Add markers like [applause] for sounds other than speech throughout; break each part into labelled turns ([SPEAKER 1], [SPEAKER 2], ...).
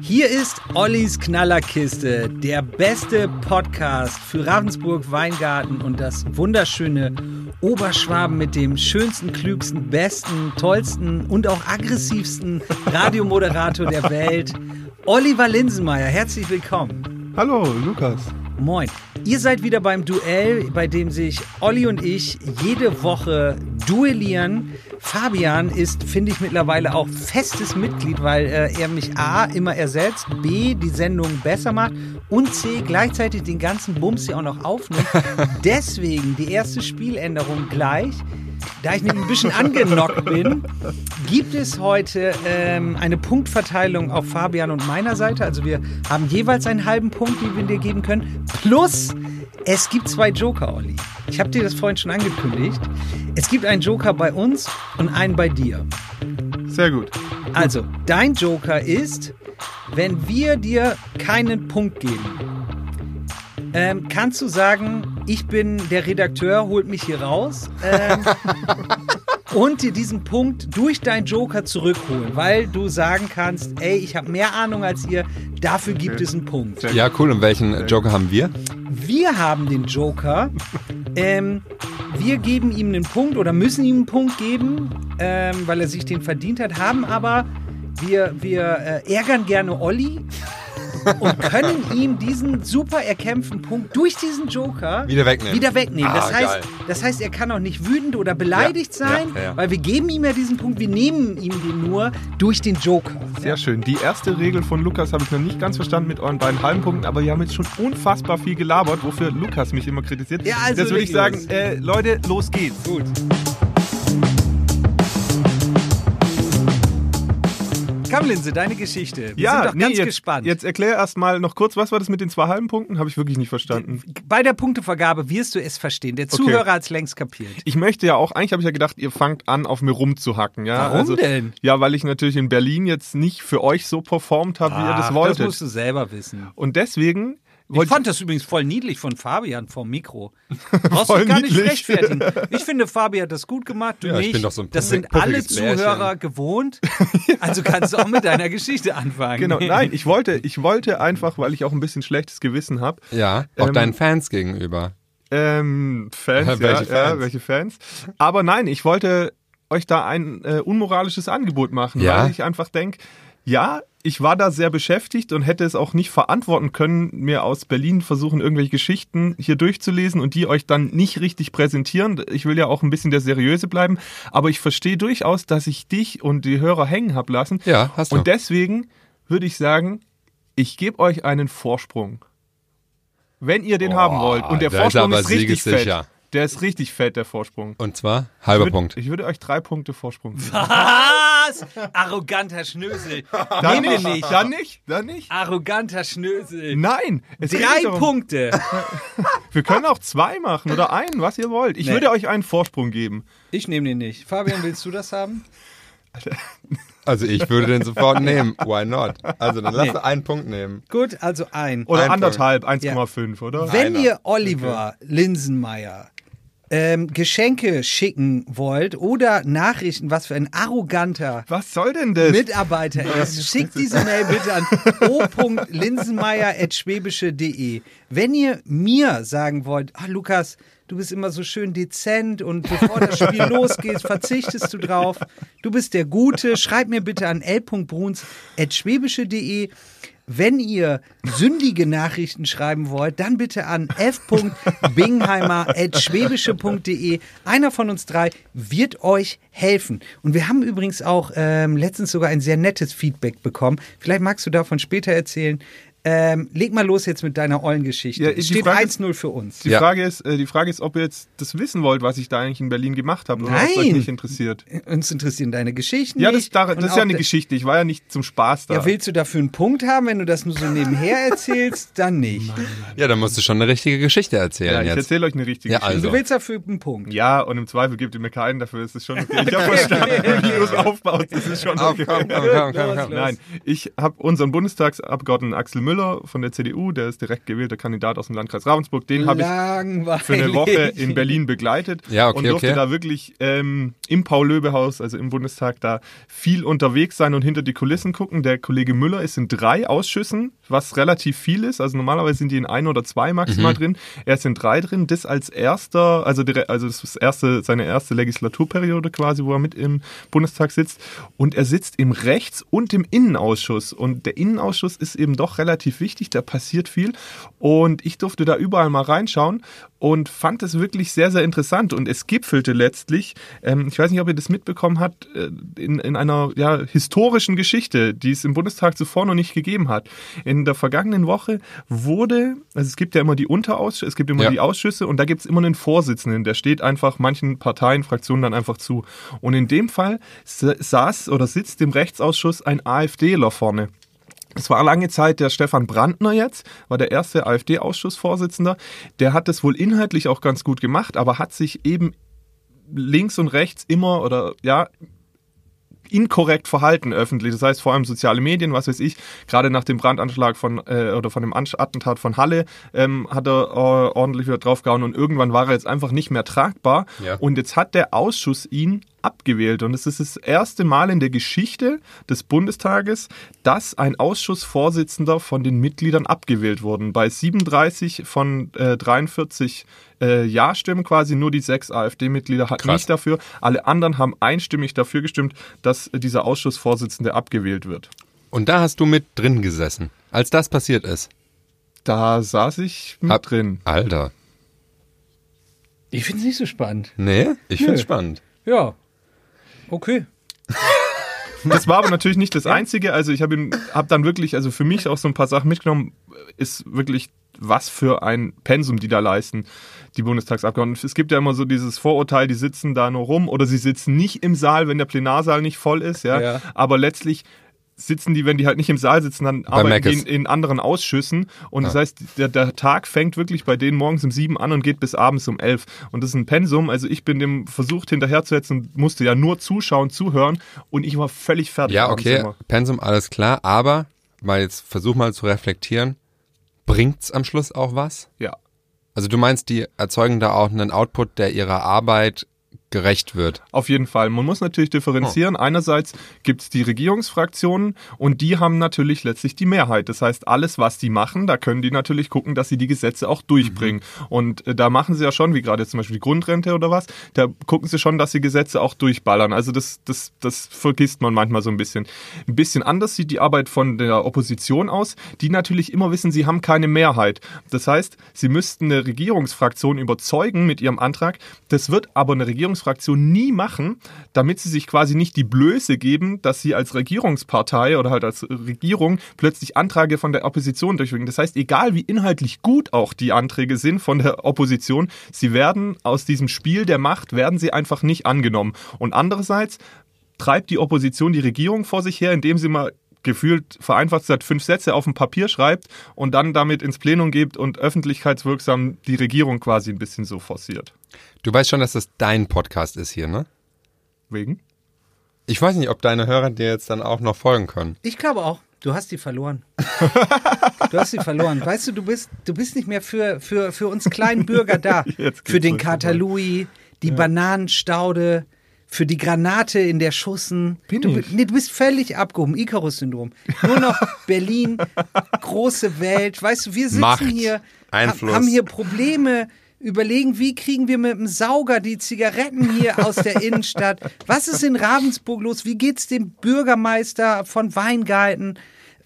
[SPEAKER 1] Hier ist Ollis Knallerkiste, der beste Podcast für Ravensburg, Weingarten und das wunderschöne Oberschwaben mit dem schönsten, klügsten, besten, tollsten und auch aggressivsten Radiomoderator der Welt, Oliver Linsenmeier. Herzlich willkommen.
[SPEAKER 2] Hallo, Lukas.
[SPEAKER 1] Moin. Ihr seid wieder beim Duell, bei dem sich Olli und ich jede Woche duellieren. Fabian ist, finde ich, mittlerweile auch festes Mitglied, weil äh, er mich A immer ersetzt, B die Sendung besser macht und C gleichzeitig den ganzen Bums hier auch noch aufnimmt. Deswegen die erste Spieländerung gleich. Da ich nämlich ein bisschen angenockt bin, gibt es heute ähm, eine Punktverteilung auf Fabian und meiner Seite. Also wir haben jeweils einen halben Punkt, den wir dir geben können. Plus, es gibt zwei Joker, Olli. Ich habe dir das vorhin schon angekündigt. Es gibt einen Joker bei uns und einen bei dir.
[SPEAKER 2] Sehr gut.
[SPEAKER 1] Also, dein Joker ist, wenn wir dir keinen Punkt geben, ähm, kannst du sagen, ich bin der Redakteur, holt mich hier raus ähm, und dir diesen Punkt durch deinen Joker zurückholen, weil du sagen kannst, ey, ich habe mehr Ahnung als ihr, dafür gibt es einen Punkt.
[SPEAKER 2] Sehr
[SPEAKER 3] Ja, cool. Und welchen Joker haben wir?
[SPEAKER 1] Wir haben den Joker. Ähm, wir geben ihm einen Punkt oder müssen ihm einen Punkt geben, ähm, weil er sich den verdient hat, haben aber, wir, wir äh, ärgern gerne Olli
[SPEAKER 3] [laughs]
[SPEAKER 1] und können ihm diesen super erkämpften Punkt durch diesen Joker
[SPEAKER 3] Wieder wegnehmen.
[SPEAKER 1] Wieder wegnehmen.
[SPEAKER 3] Ah,
[SPEAKER 1] das, heißt,
[SPEAKER 3] geil.
[SPEAKER 1] das heißt, er kann auch nicht wütend oder beleidigt
[SPEAKER 3] Ja,
[SPEAKER 1] sein,
[SPEAKER 3] ja, ja.
[SPEAKER 1] weil wir geben ihm ja diesen Punkt, wir nehmen ihm den nur durch den Joker.
[SPEAKER 2] Sehr schön. Die erste Regel von Lukas habe ich noch nicht ganz verstanden mit euren beiden halben Punkten, aber wir haben jetzt schon unfassbar viel gelabert, wofür Lukas mich immer kritisiert.
[SPEAKER 1] Ja, also
[SPEAKER 2] das würde ich
[SPEAKER 1] leg los.
[SPEAKER 2] sagen, äh, Leute, los geht's.
[SPEAKER 1] Gut. Komm, Linse, deine Geschichte. Wir sind doch
[SPEAKER 2] nee,
[SPEAKER 1] ganz
[SPEAKER 2] jetzt,
[SPEAKER 1] gespannt.
[SPEAKER 2] Jetzt erklär erst mal noch kurz, was war das mit den zwei halben Punkten? Habe ich wirklich nicht verstanden.
[SPEAKER 1] Bei der Punktevergabe wirst du es verstehen. Der Zuhörer hat es längst kapiert.
[SPEAKER 2] Ich möchte ja auch, eigentlich habe ich ja gedacht, ihr fangt an, auf mir rumzuhacken. Ja? Also,
[SPEAKER 1] Warum denn?
[SPEAKER 2] Ja, weil ich natürlich in Berlin jetzt nicht für euch so performt habe, wie ihr das wolltet.
[SPEAKER 1] Das musst du selber wissen.
[SPEAKER 2] Und deswegen
[SPEAKER 1] Ich
[SPEAKER 2] wollte
[SPEAKER 1] fand das übrigens voll niedlich von Fabian vom Mikro.
[SPEAKER 2] [laughs]
[SPEAKER 1] Brauchst du
[SPEAKER 2] Voll
[SPEAKER 1] gar nicht
[SPEAKER 2] niedlich.
[SPEAKER 1] rechtfertigen. Ich finde, Fabian hat das gut gemacht, du
[SPEAKER 3] Ja, ich
[SPEAKER 1] nicht.
[SPEAKER 3] bin doch so ein
[SPEAKER 1] das sind
[SPEAKER 3] puffig-
[SPEAKER 1] alle
[SPEAKER 3] puffiges Bärchen.
[SPEAKER 1] Zuhörer
[SPEAKER 2] [laughs]
[SPEAKER 1] gewohnt. Also kannst du auch mit deiner Geschichte anfangen.
[SPEAKER 2] Genau, nein, ich wollte, ich wollte einfach, weil ich auch ein bisschen schlechtes Gewissen habe.
[SPEAKER 3] Ja, auch
[SPEAKER 2] Ähm,
[SPEAKER 3] deinen Fans gegenüber.
[SPEAKER 2] Ähm, Fans, ja,
[SPEAKER 3] [laughs] Welche
[SPEAKER 2] welche, ja,
[SPEAKER 3] Fans?
[SPEAKER 2] Fans? welche Fans. Aber nein, ich wollte euch da ein äh, unmoralisches Angebot machen,
[SPEAKER 3] Ja?
[SPEAKER 2] weil ich einfach denke, ja, ich war da sehr beschäftigt und hätte es auch nicht verantworten können, mir aus Berlin versuchen, irgendwelche Geschichten hier durchzulesen und die euch dann nicht richtig präsentieren. Ich will ja auch ein bisschen der Seriöse bleiben, aber ich verstehe durchaus, dass ich dich und die Hörer hängen hab lassen.
[SPEAKER 3] Ja, hast du.
[SPEAKER 2] Und deswegen würde ich sagen, ich gebe euch einen Vorsprung. Wenn ihr den
[SPEAKER 3] Oh,
[SPEAKER 2] haben wollt. Und der
[SPEAKER 3] der ist
[SPEAKER 2] Vorsprung
[SPEAKER 3] aber
[SPEAKER 2] ist, richtig
[SPEAKER 3] siegessicher.
[SPEAKER 2] fett. Der ist richtig fett, der Vorsprung.
[SPEAKER 3] Und zwar halber
[SPEAKER 2] Ich würd-
[SPEAKER 3] Punkt.
[SPEAKER 2] Ich würde euch drei Punkte Vorsprung geben.
[SPEAKER 1] Was? Arroganter Schnösel.
[SPEAKER 2] Dann
[SPEAKER 1] Nehmen wir nicht.
[SPEAKER 2] Dann nicht. Dann nicht.
[SPEAKER 1] Arroganter Schnösel.
[SPEAKER 2] Nein. Es geht
[SPEAKER 1] Drei
[SPEAKER 2] nicht darum.
[SPEAKER 1] Punkte.
[SPEAKER 2] Wir können auch zwei machen oder einen, was ihr wollt. Ich
[SPEAKER 1] Nee.
[SPEAKER 2] würde euch einen Vorsprung geben.
[SPEAKER 1] Ich nehme den nicht. Fabian, willst du das haben?
[SPEAKER 3] Also ich würde
[SPEAKER 2] [laughs]
[SPEAKER 3] den sofort nehmen. Why not? Also dann lass einen Punkt nehmen.
[SPEAKER 1] Gut, also ein.
[SPEAKER 2] Oder
[SPEAKER 3] Ein Punkt.
[SPEAKER 2] anderthalb, 1,5, oder?
[SPEAKER 1] Wenn
[SPEAKER 3] einer.
[SPEAKER 1] ihr Oliver Linsenmeier ähm, Geschenke schicken wollt oder Nachrichten, was für ein arroganter
[SPEAKER 2] Was soll denn das?
[SPEAKER 1] Mitarbeiter ist, schickt diese Mail bitte an o.linsenmeier.schwäbische.de. Wenn ihr mir sagen wollt, ah, Lukas, du bist immer so schön dezent und bevor das Spiel losgeht, verzichtest du drauf. Du bist der Gute. Schreibt mir bitte an l.bruns.schwäbische.de. Wenn ihr sündige Nachrichten schreiben wollt, dann bitte an f.bingheimer.schwäbische.de. Einer von uns drei wird euch helfen. Und wir haben übrigens auch ähm, letztens sogar ein sehr nettes Feedback bekommen. Vielleicht magst du davon später erzählen. Ähm, leg mal los jetzt mit deiner Eulengeschichte.
[SPEAKER 2] Ja, die
[SPEAKER 1] es steht
[SPEAKER 2] Frage-
[SPEAKER 1] 1-0 für uns.
[SPEAKER 2] Die,
[SPEAKER 3] Ja.
[SPEAKER 2] Frage ist, äh, die Frage ist, ob ihr jetzt das wissen wollt, was ich da eigentlich in Berlin gemacht habe oder ob es euch
[SPEAKER 1] Nein.
[SPEAKER 2] nicht interessiert.
[SPEAKER 1] Uns interessieren deine Geschichten.
[SPEAKER 2] Ja, das,
[SPEAKER 1] nicht.
[SPEAKER 2] da,
[SPEAKER 1] Und
[SPEAKER 2] das ist
[SPEAKER 1] auch
[SPEAKER 2] ja eine
[SPEAKER 1] de-
[SPEAKER 2] Geschichte. Ich war ja nicht zum Spaß da.
[SPEAKER 1] Ja, willst du dafür einen Punkt haben, wenn du das nur so nebenher erzählst? Dann nicht.
[SPEAKER 3] Ja, dann musst du schon eine richtige Geschichte
[SPEAKER 2] Ja,
[SPEAKER 3] erzählen
[SPEAKER 2] ich
[SPEAKER 3] jetzt.
[SPEAKER 2] erzähle euch eine richtige
[SPEAKER 3] Ja,
[SPEAKER 2] Geschichte.
[SPEAKER 3] also.
[SPEAKER 1] Du willst dafür einen Punkt.
[SPEAKER 2] Ja, und im Zweifel gebt ihr mir keinen, dafür ist es schon okay.
[SPEAKER 1] [laughs]
[SPEAKER 2] Ich habe verstanden, wie du es aufbaust. Das ist schon
[SPEAKER 3] Oh,
[SPEAKER 2] okay.
[SPEAKER 3] komm, komm, komm, komm,
[SPEAKER 1] Los, los.
[SPEAKER 3] komm.
[SPEAKER 2] Nein, ich habe unseren Bundestagsabgeordneten Axel Müller von der CDU, der ist direkt gewählter Kandidat aus dem Landkreis Ravensburg. Den habe ich
[SPEAKER 1] Langweilig.
[SPEAKER 2] für eine Woche in Berlin begleitet
[SPEAKER 3] Ja, okay,
[SPEAKER 2] und durfte
[SPEAKER 3] okay.
[SPEAKER 2] da wirklich ähm, im Paul-Löbe-Haus, also im Bundestag, da viel unterwegs sein und hinter die Kulissen gucken. Der Kollege Müller ist in drei Ausschüssen, was relativ viel ist. Also normalerweise sind die in ein oder zwei maximal
[SPEAKER 3] Mhm.
[SPEAKER 2] drin. Er ist in drei drin. Das als erster, also, dire- also das ist das erste, seine erste Legislaturperiode quasi, wo er mit im Bundestag sitzt. Und er sitzt im Rechts- und im Innenausschuss. Und der Innenausschuss ist eben doch relativ wichtig, da passiert viel. Und ich durfte da überall mal reinschauen und fand es wirklich sehr, sehr interessant. Und es gipfelte letztlich, ähm, ich weiß nicht, ob ihr das mitbekommen habt, äh, in, in einer ja, historischen Geschichte, die es im Bundestag zuvor noch nicht gegeben hat. In der vergangenen Woche wurde, also es gibt ja immer die Unterausschüsse, es gibt immer
[SPEAKER 3] Ja.
[SPEAKER 2] die Ausschüsse und da gibt es immer einen Vorsitzenden, der steht einfach manchen Parteien, Fraktionen dann einfach zu. Und in dem Fall sa- saß oder sitzt im Rechtsausschuss ein AfDler vorne. Es war lange Zeit der Stefan Brandner jetzt, war der erste AfD-Ausschussvorsitzender. Der hat das wohl inhaltlich auch ganz gut gemacht, aber hat sich eben links und rechts immer oder ja inkorrekt verhalten öffentlich. Das heißt vor allem soziale Medien, was weiß ich. Gerade nach dem Brandanschlag von äh, oder von dem Ansch- Attentat von Halle ähm, hat er äh, ordentlich wieder draufgehauen und irgendwann war er jetzt einfach nicht mehr tragbar.
[SPEAKER 3] Ja.
[SPEAKER 2] Und jetzt hat der Ausschuss ihn abgewählt und es ist das erste Mal in der Geschichte des Bundestages, dass ein Ausschussvorsitzender von den Mitgliedern abgewählt wurde. Bei 37 von äh, 43 äh, Ja-Stimmen quasi nur die sechs AfD-Mitglieder hatten
[SPEAKER 3] Krass.
[SPEAKER 2] nicht dafür. Alle anderen haben einstimmig dafür gestimmt, dass dieser Ausschussvorsitzende abgewählt wird.
[SPEAKER 3] Und da hast du mit drin gesessen, als das passiert ist.
[SPEAKER 2] Da saß ich mit
[SPEAKER 3] Hab-
[SPEAKER 2] drin.
[SPEAKER 3] Alter.
[SPEAKER 1] Ich finde es nicht so spannend.
[SPEAKER 3] Nee, ich
[SPEAKER 1] Nö.
[SPEAKER 3] find's spannend.
[SPEAKER 1] Ja. Okay.
[SPEAKER 2] Das war aber natürlich nicht das Einzige. Also ich habe hab dann wirklich, also für mich auch so ein paar Sachen mitgenommen, ist wirklich was für ein Pensum, die da leisten, die Bundestagsabgeordneten. Es gibt ja immer so dieses Vorurteil, die sitzen da nur rum oder sie sitzen nicht im Saal, wenn der Plenarsaal nicht voll ist. Ja.
[SPEAKER 1] Ja.
[SPEAKER 2] Aber letztlich sitzen die, wenn die halt nicht im Saal sitzen, dann arbeiten die
[SPEAKER 3] Meckes.
[SPEAKER 2] in, in anderen Ausschüssen. Und das heißt, der, der Tag fängt wirklich bei denen morgens um sieben an und geht bis abends um elf. Und das ist ein Pensum. Also ich bin dem versucht hinterherzusetzen und musste ja nur zuschauen, zuhören. Und ich war völlig fertig.
[SPEAKER 3] Ja,
[SPEAKER 2] abends
[SPEAKER 3] okay,
[SPEAKER 2] immer.
[SPEAKER 3] Pensum, alles klar, aber mal jetzt versuch mal zu reflektieren. Bringt's am Schluss auch was?
[SPEAKER 2] Ja.
[SPEAKER 3] Also du meinst, die erzeugen da auch einen Output, der ihrer Arbeit gerecht wird.
[SPEAKER 2] Auf jeden Fall. Man muss natürlich differenzieren. Einerseits gibt es die Regierungsfraktionen und die haben natürlich letztlich die Mehrheit. Das heißt, alles, was die machen, da können die natürlich gucken, dass sie die Gesetze auch durchbringen. Und äh, da machen sie ja schon, wie gerade zum Beispiel die Grundrente oder was, da gucken sie schon, dass sie Gesetze auch durchballern. Also das, das, das vergisst man manchmal so ein bisschen. Ein bisschen anders sieht die Arbeit von der Opposition aus, die natürlich immer wissen, sie haben keine Mehrheit. Das heißt, sie müssten eine Regierungsfraktion überzeugen mit ihrem Antrag. Das wird aber eine Regierungsfraktion nie machen, damit sie sich quasi nicht die Blöße geben, dass sie als Regierungspartei oder halt als Regierung plötzlich Anträge von der Opposition durchwinken. Das heißt, egal wie inhaltlich gut auch die Anträge sind von der Opposition, sie werden aus diesem Spiel der Macht, werden sie einfach nicht angenommen. Und andererseits treibt die Opposition die Regierung vor sich her, indem sie mal gefühlt vereinfacht gesagt fünf Sätze auf dem Papier schreibt und dann damit ins Plenum gibt und öffentlichkeitswirksam die Regierung quasi ein bisschen so forciert.
[SPEAKER 3] Du weißt schon, dass das dein Podcast ist hier, ne?
[SPEAKER 2] Wegen?
[SPEAKER 3] Ich weiß nicht, ob deine Hörer dir jetzt dann auch noch folgen können.
[SPEAKER 1] Ich glaube auch. Du hast die verloren.
[SPEAKER 2] [laughs]
[SPEAKER 1] Du hast sie verloren. Weißt du, du bist, du bist nicht mehr für, für, für uns kleinen Bürger
[SPEAKER 2] [laughs]
[SPEAKER 1] da.
[SPEAKER 2] geht's
[SPEAKER 1] Für den
[SPEAKER 2] los.
[SPEAKER 1] Katalui, die Bananenstaude, für die Granate in der Schussen.
[SPEAKER 2] Bin
[SPEAKER 1] du, bi-
[SPEAKER 2] ich.
[SPEAKER 1] Nee, du bist völlig abgehoben. Icarus-Syndrom. Nur
[SPEAKER 2] [laughs]
[SPEAKER 1] noch Berlin, große Welt. Weißt du, wir sitzen
[SPEAKER 3] Macht,
[SPEAKER 1] hier, ha-
[SPEAKER 3] Einfluss.
[SPEAKER 1] haben hier Probleme. Überlegen, wie kriegen wir mit dem Sauger die Zigaretten hier aus
[SPEAKER 3] [laughs]
[SPEAKER 1] der Innenstadt? Was ist in Ravensburg los? Wie geht's dem Bürgermeister von Weingarten?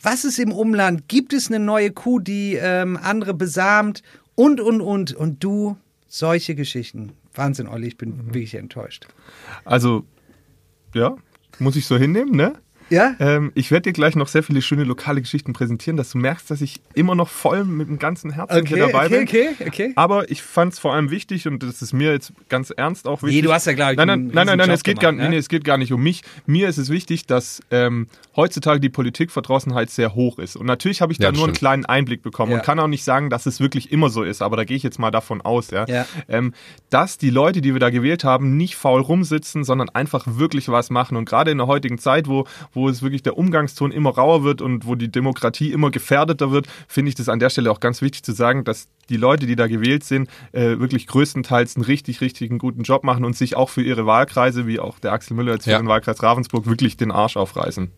[SPEAKER 1] Was ist im Umland? Gibt es eine neue Kuh, die ähm, andere besamt? Und, und, und. Und du, solche Geschichten. Wahnsinn, Olli, ich bin wirklich enttäuscht.
[SPEAKER 2] Also, ja, muss ich so hinnehmen, ne?
[SPEAKER 1] Ja?
[SPEAKER 2] Ähm, ich werde dir gleich noch sehr viele schöne lokale Geschichten präsentieren, dass du merkst, dass ich immer noch voll mit dem ganzen Herzen hier dabei bin.
[SPEAKER 1] okay, okay.
[SPEAKER 2] Aber ich fand es vor allem wichtig und das ist mir jetzt ganz ernst auch wichtig.
[SPEAKER 1] du hast ja, glaub ich,
[SPEAKER 2] Nein,
[SPEAKER 1] einen
[SPEAKER 2] nein, nein, nein, nein
[SPEAKER 1] riesen
[SPEAKER 2] es,
[SPEAKER 1] Job
[SPEAKER 2] geht gar,
[SPEAKER 1] gemacht, ne?
[SPEAKER 2] nee, nee, es geht gar nicht um mich. Mir ist es wichtig, dass ähm, heutzutage die Politikverdrossenheit sehr hoch ist. Und natürlich habe ich da
[SPEAKER 3] Ja,
[SPEAKER 2] nur einen
[SPEAKER 3] stimmt.
[SPEAKER 2] kleinen Einblick bekommen
[SPEAKER 1] Ja.
[SPEAKER 2] und kann auch nicht sagen, dass es wirklich immer so ist, aber da gehe ich jetzt mal davon aus, ja,
[SPEAKER 1] Ja.
[SPEAKER 2] Ähm, dass die Leute, die wir da gewählt haben, nicht faul rumsitzen, sondern einfach wirklich was machen. Und gerade in der heutigen Zeit, wo, wo wo es wirklich der Umgangston immer rauer wird und wo die Demokratie immer gefährdeter wird, finde ich das an der Stelle auch ganz wichtig zu sagen, dass die Leute, die da gewählt sind, äh, wirklich größtenteils einen richtig, richtig guten Job machen und sich auch für ihre Wahlkreise, wie auch der Axel Müller jetzt für
[SPEAKER 3] Ja.
[SPEAKER 2] den Wahlkreis Ravensburg, wirklich den Arsch aufreißen.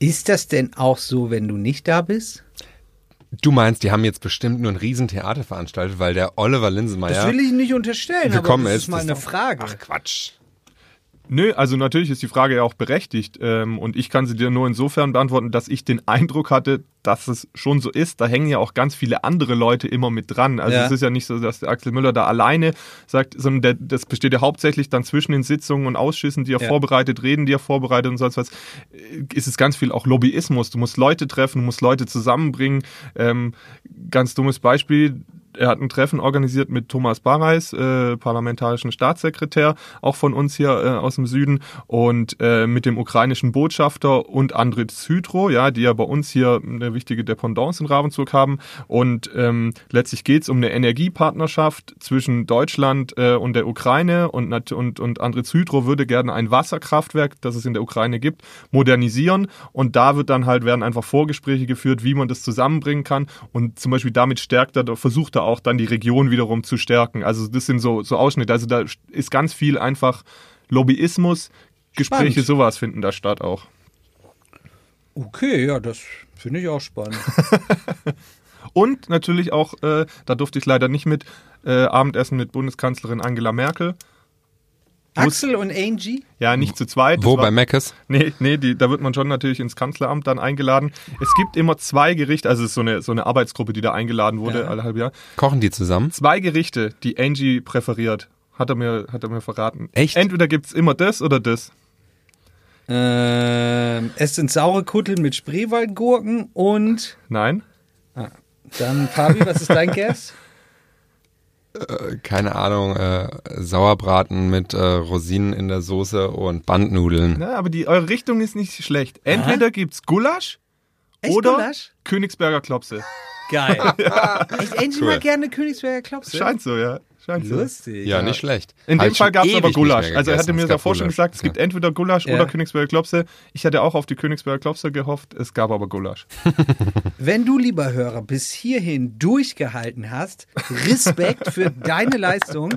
[SPEAKER 1] Ist das denn auch so, wenn du nicht da bist?
[SPEAKER 3] Du meinst, die haben jetzt bestimmt nur ein Riesentheater veranstaltet, weil der Oliver Linsenmeier
[SPEAKER 1] Das will ich nicht unterstellen,
[SPEAKER 3] gekommen
[SPEAKER 1] aber das
[SPEAKER 3] ist.
[SPEAKER 1] ist mal
[SPEAKER 3] das-
[SPEAKER 1] eine Frage.
[SPEAKER 3] Ach Quatsch.
[SPEAKER 2] Nö, also natürlich ist die Frage ja auch berechtigt. Ähm, und ich kann sie dir nur insofern beantworten, dass ich den Eindruck hatte, dass es schon so ist. Da hängen ja auch ganz viele andere Leute immer mit dran. Also
[SPEAKER 1] Ja.
[SPEAKER 2] es ist ja nicht so, dass der Axel Müller da alleine sagt, sondern der, das besteht ja hauptsächlich dann zwischen den Sitzungen und Ausschüssen, die er
[SPEAKER 1] Ja.
[SPEAKER 2] vorbereitet, Reden, die er vorbereitet und sonst was. Äh, Ist es ganz viel auch Lobbyismus. Du musst Leute treffen, du musst Leute zusammenbringen. Ähm, ganz dummes Beispiel. Er hat ein Treffen organisiert mit Thomas Barreis, äh, parlamentarischen Staatssekretär, auch von uns hier äh, aus dem Süden, und äh, mit dem ukrainischen Botschafter und Andrit Hydro, ja, die ja bei uns hier eine wichtige Dependance in Ravensburg haben. Und ähm, letztlich geht es um eine Energiepartnerschaft zwischen Deutschland äh, und der Ukraine und, nat- und, und Andritz Hydro würde gerne ein Wasserkraftwerk, das es in der Ukraine gibt, modernisieren. Und da wird dann halt, werden einfach Vorgespräche geführt, wie man das zusammenbringen kann. Und zum Beispiel damit stärkt er, versucht er auch dann die Region wiederum zu stärken. Also das sind so, so Ausschnitte. Also da ist ganz viel einfach Lobbyismus, Gespräche,
[SPEAKER 1] Spannend.
[SPEAKER 2] sowas finden da statt auch.
[SPEAKER 1] Okay, ja, das finde ich auch spannend.
[SPEAKER 2] Und natürlich auch, äh, da durfte ich leider nicht mit, äh, Abendessen mit Bundeskanzlerin Angela Merkel.
[SPEAKER 1] Axel und Angie?
[SPEAKER 2] Ja, nicht zu zweit. das
[SPEAKER 3] Wo
[SPEAKER 2] war-
[SPEAKER 3] bei Meckes?
[SPEAKER 2] Nee, nee die, da wird man schon natürlich ins Kanzleramt dann eingeladen. Es gibt immer zwei Gerichte, also es ist so eine, so eine Arbeitsgruppe, die da eingeladen wurde,
[SPEAKER 1] Ja.
[SPEAKER 2] alle halbe Jahr.
[SPEAKER 3] Kochen die zusammen?
[SPEAKER 2] Zwei Gerichte, die Angie präferiert. Hat er mir, hat er mir verraten.
[SPEAKER 3] Echt?
[SPEAKER 2] Entweder gibt's immer das oder das.
[SPEAKER 1] Ähm, es sind saure Kutteln mit Spreewaldgurken und
[SPEAKER 2] Nein?
[SPEAKER 1] dann, Fabi, was ist dein Guess?
[SPEAKER 3] Äh, Keine Ahnung, äh, Sauerbraten mit äh, Rosinen in der Soße und Bandnudeln.
[SPEAKER 2] Na, aber die, eure Richtung ist nicht schlecht. Entweder gibt's Gulasch
[SPEAKER 1] Echt
[SPEAKER 2] oder
[SPEAKER 1] Gulasch?
[SPEAKER 2] Königsberger Klopse.
[SPEAKER 1] Geil. Echt, Angie
[SPEAKER 3] Cool.
[SPEAKER 1] mag gerne Königsberger Klopse.
[SPEAKER 2] Scheint so, ja. Scheint so.
[SPEAKER 1] Lustig.
[SPEAKER 3] Ja, nicht schlecht.
[SPEAKER 2] In
[SPEAKER 3] Hab
[SPEAKER 2] dem
[SPEAKER 3] ich
[SPEAKER 2] Fall
[SPEAKER 3] schon
[SPEAKER 2] gab es
[SPEAKER 3] ewig
[SPEAKER 2] aber
[SPEAKER 3] nicht mehr
[SPEAKER 2] Gulasch. Also er
[SPEAKER 3] gegessen.
[SPEAKER 2] hatte mir
[SPEAKER 3] Es
[SPEAKER 2] das
[SPEAKER 3] gab
[SPEAKER 2] davor schon
[SPEAKER 3] Gulasch.
[SPEAKER 2] gesagt, es gibt entweder Gulasch
[SPEAKER 1] Ja.
[SPEAKER 2] oder Königsberger Klopse. Ich hatte auch auf die Königsberger Klopse gehofft, es gab aber Gulasch.
[SPEAKER 1] Wenn du, lieber Hörer, bis hierhin durchgehalten hast, Respekt
[SPEAKER 3] [laughs]
[SPEAKER 1] für deine Leistung.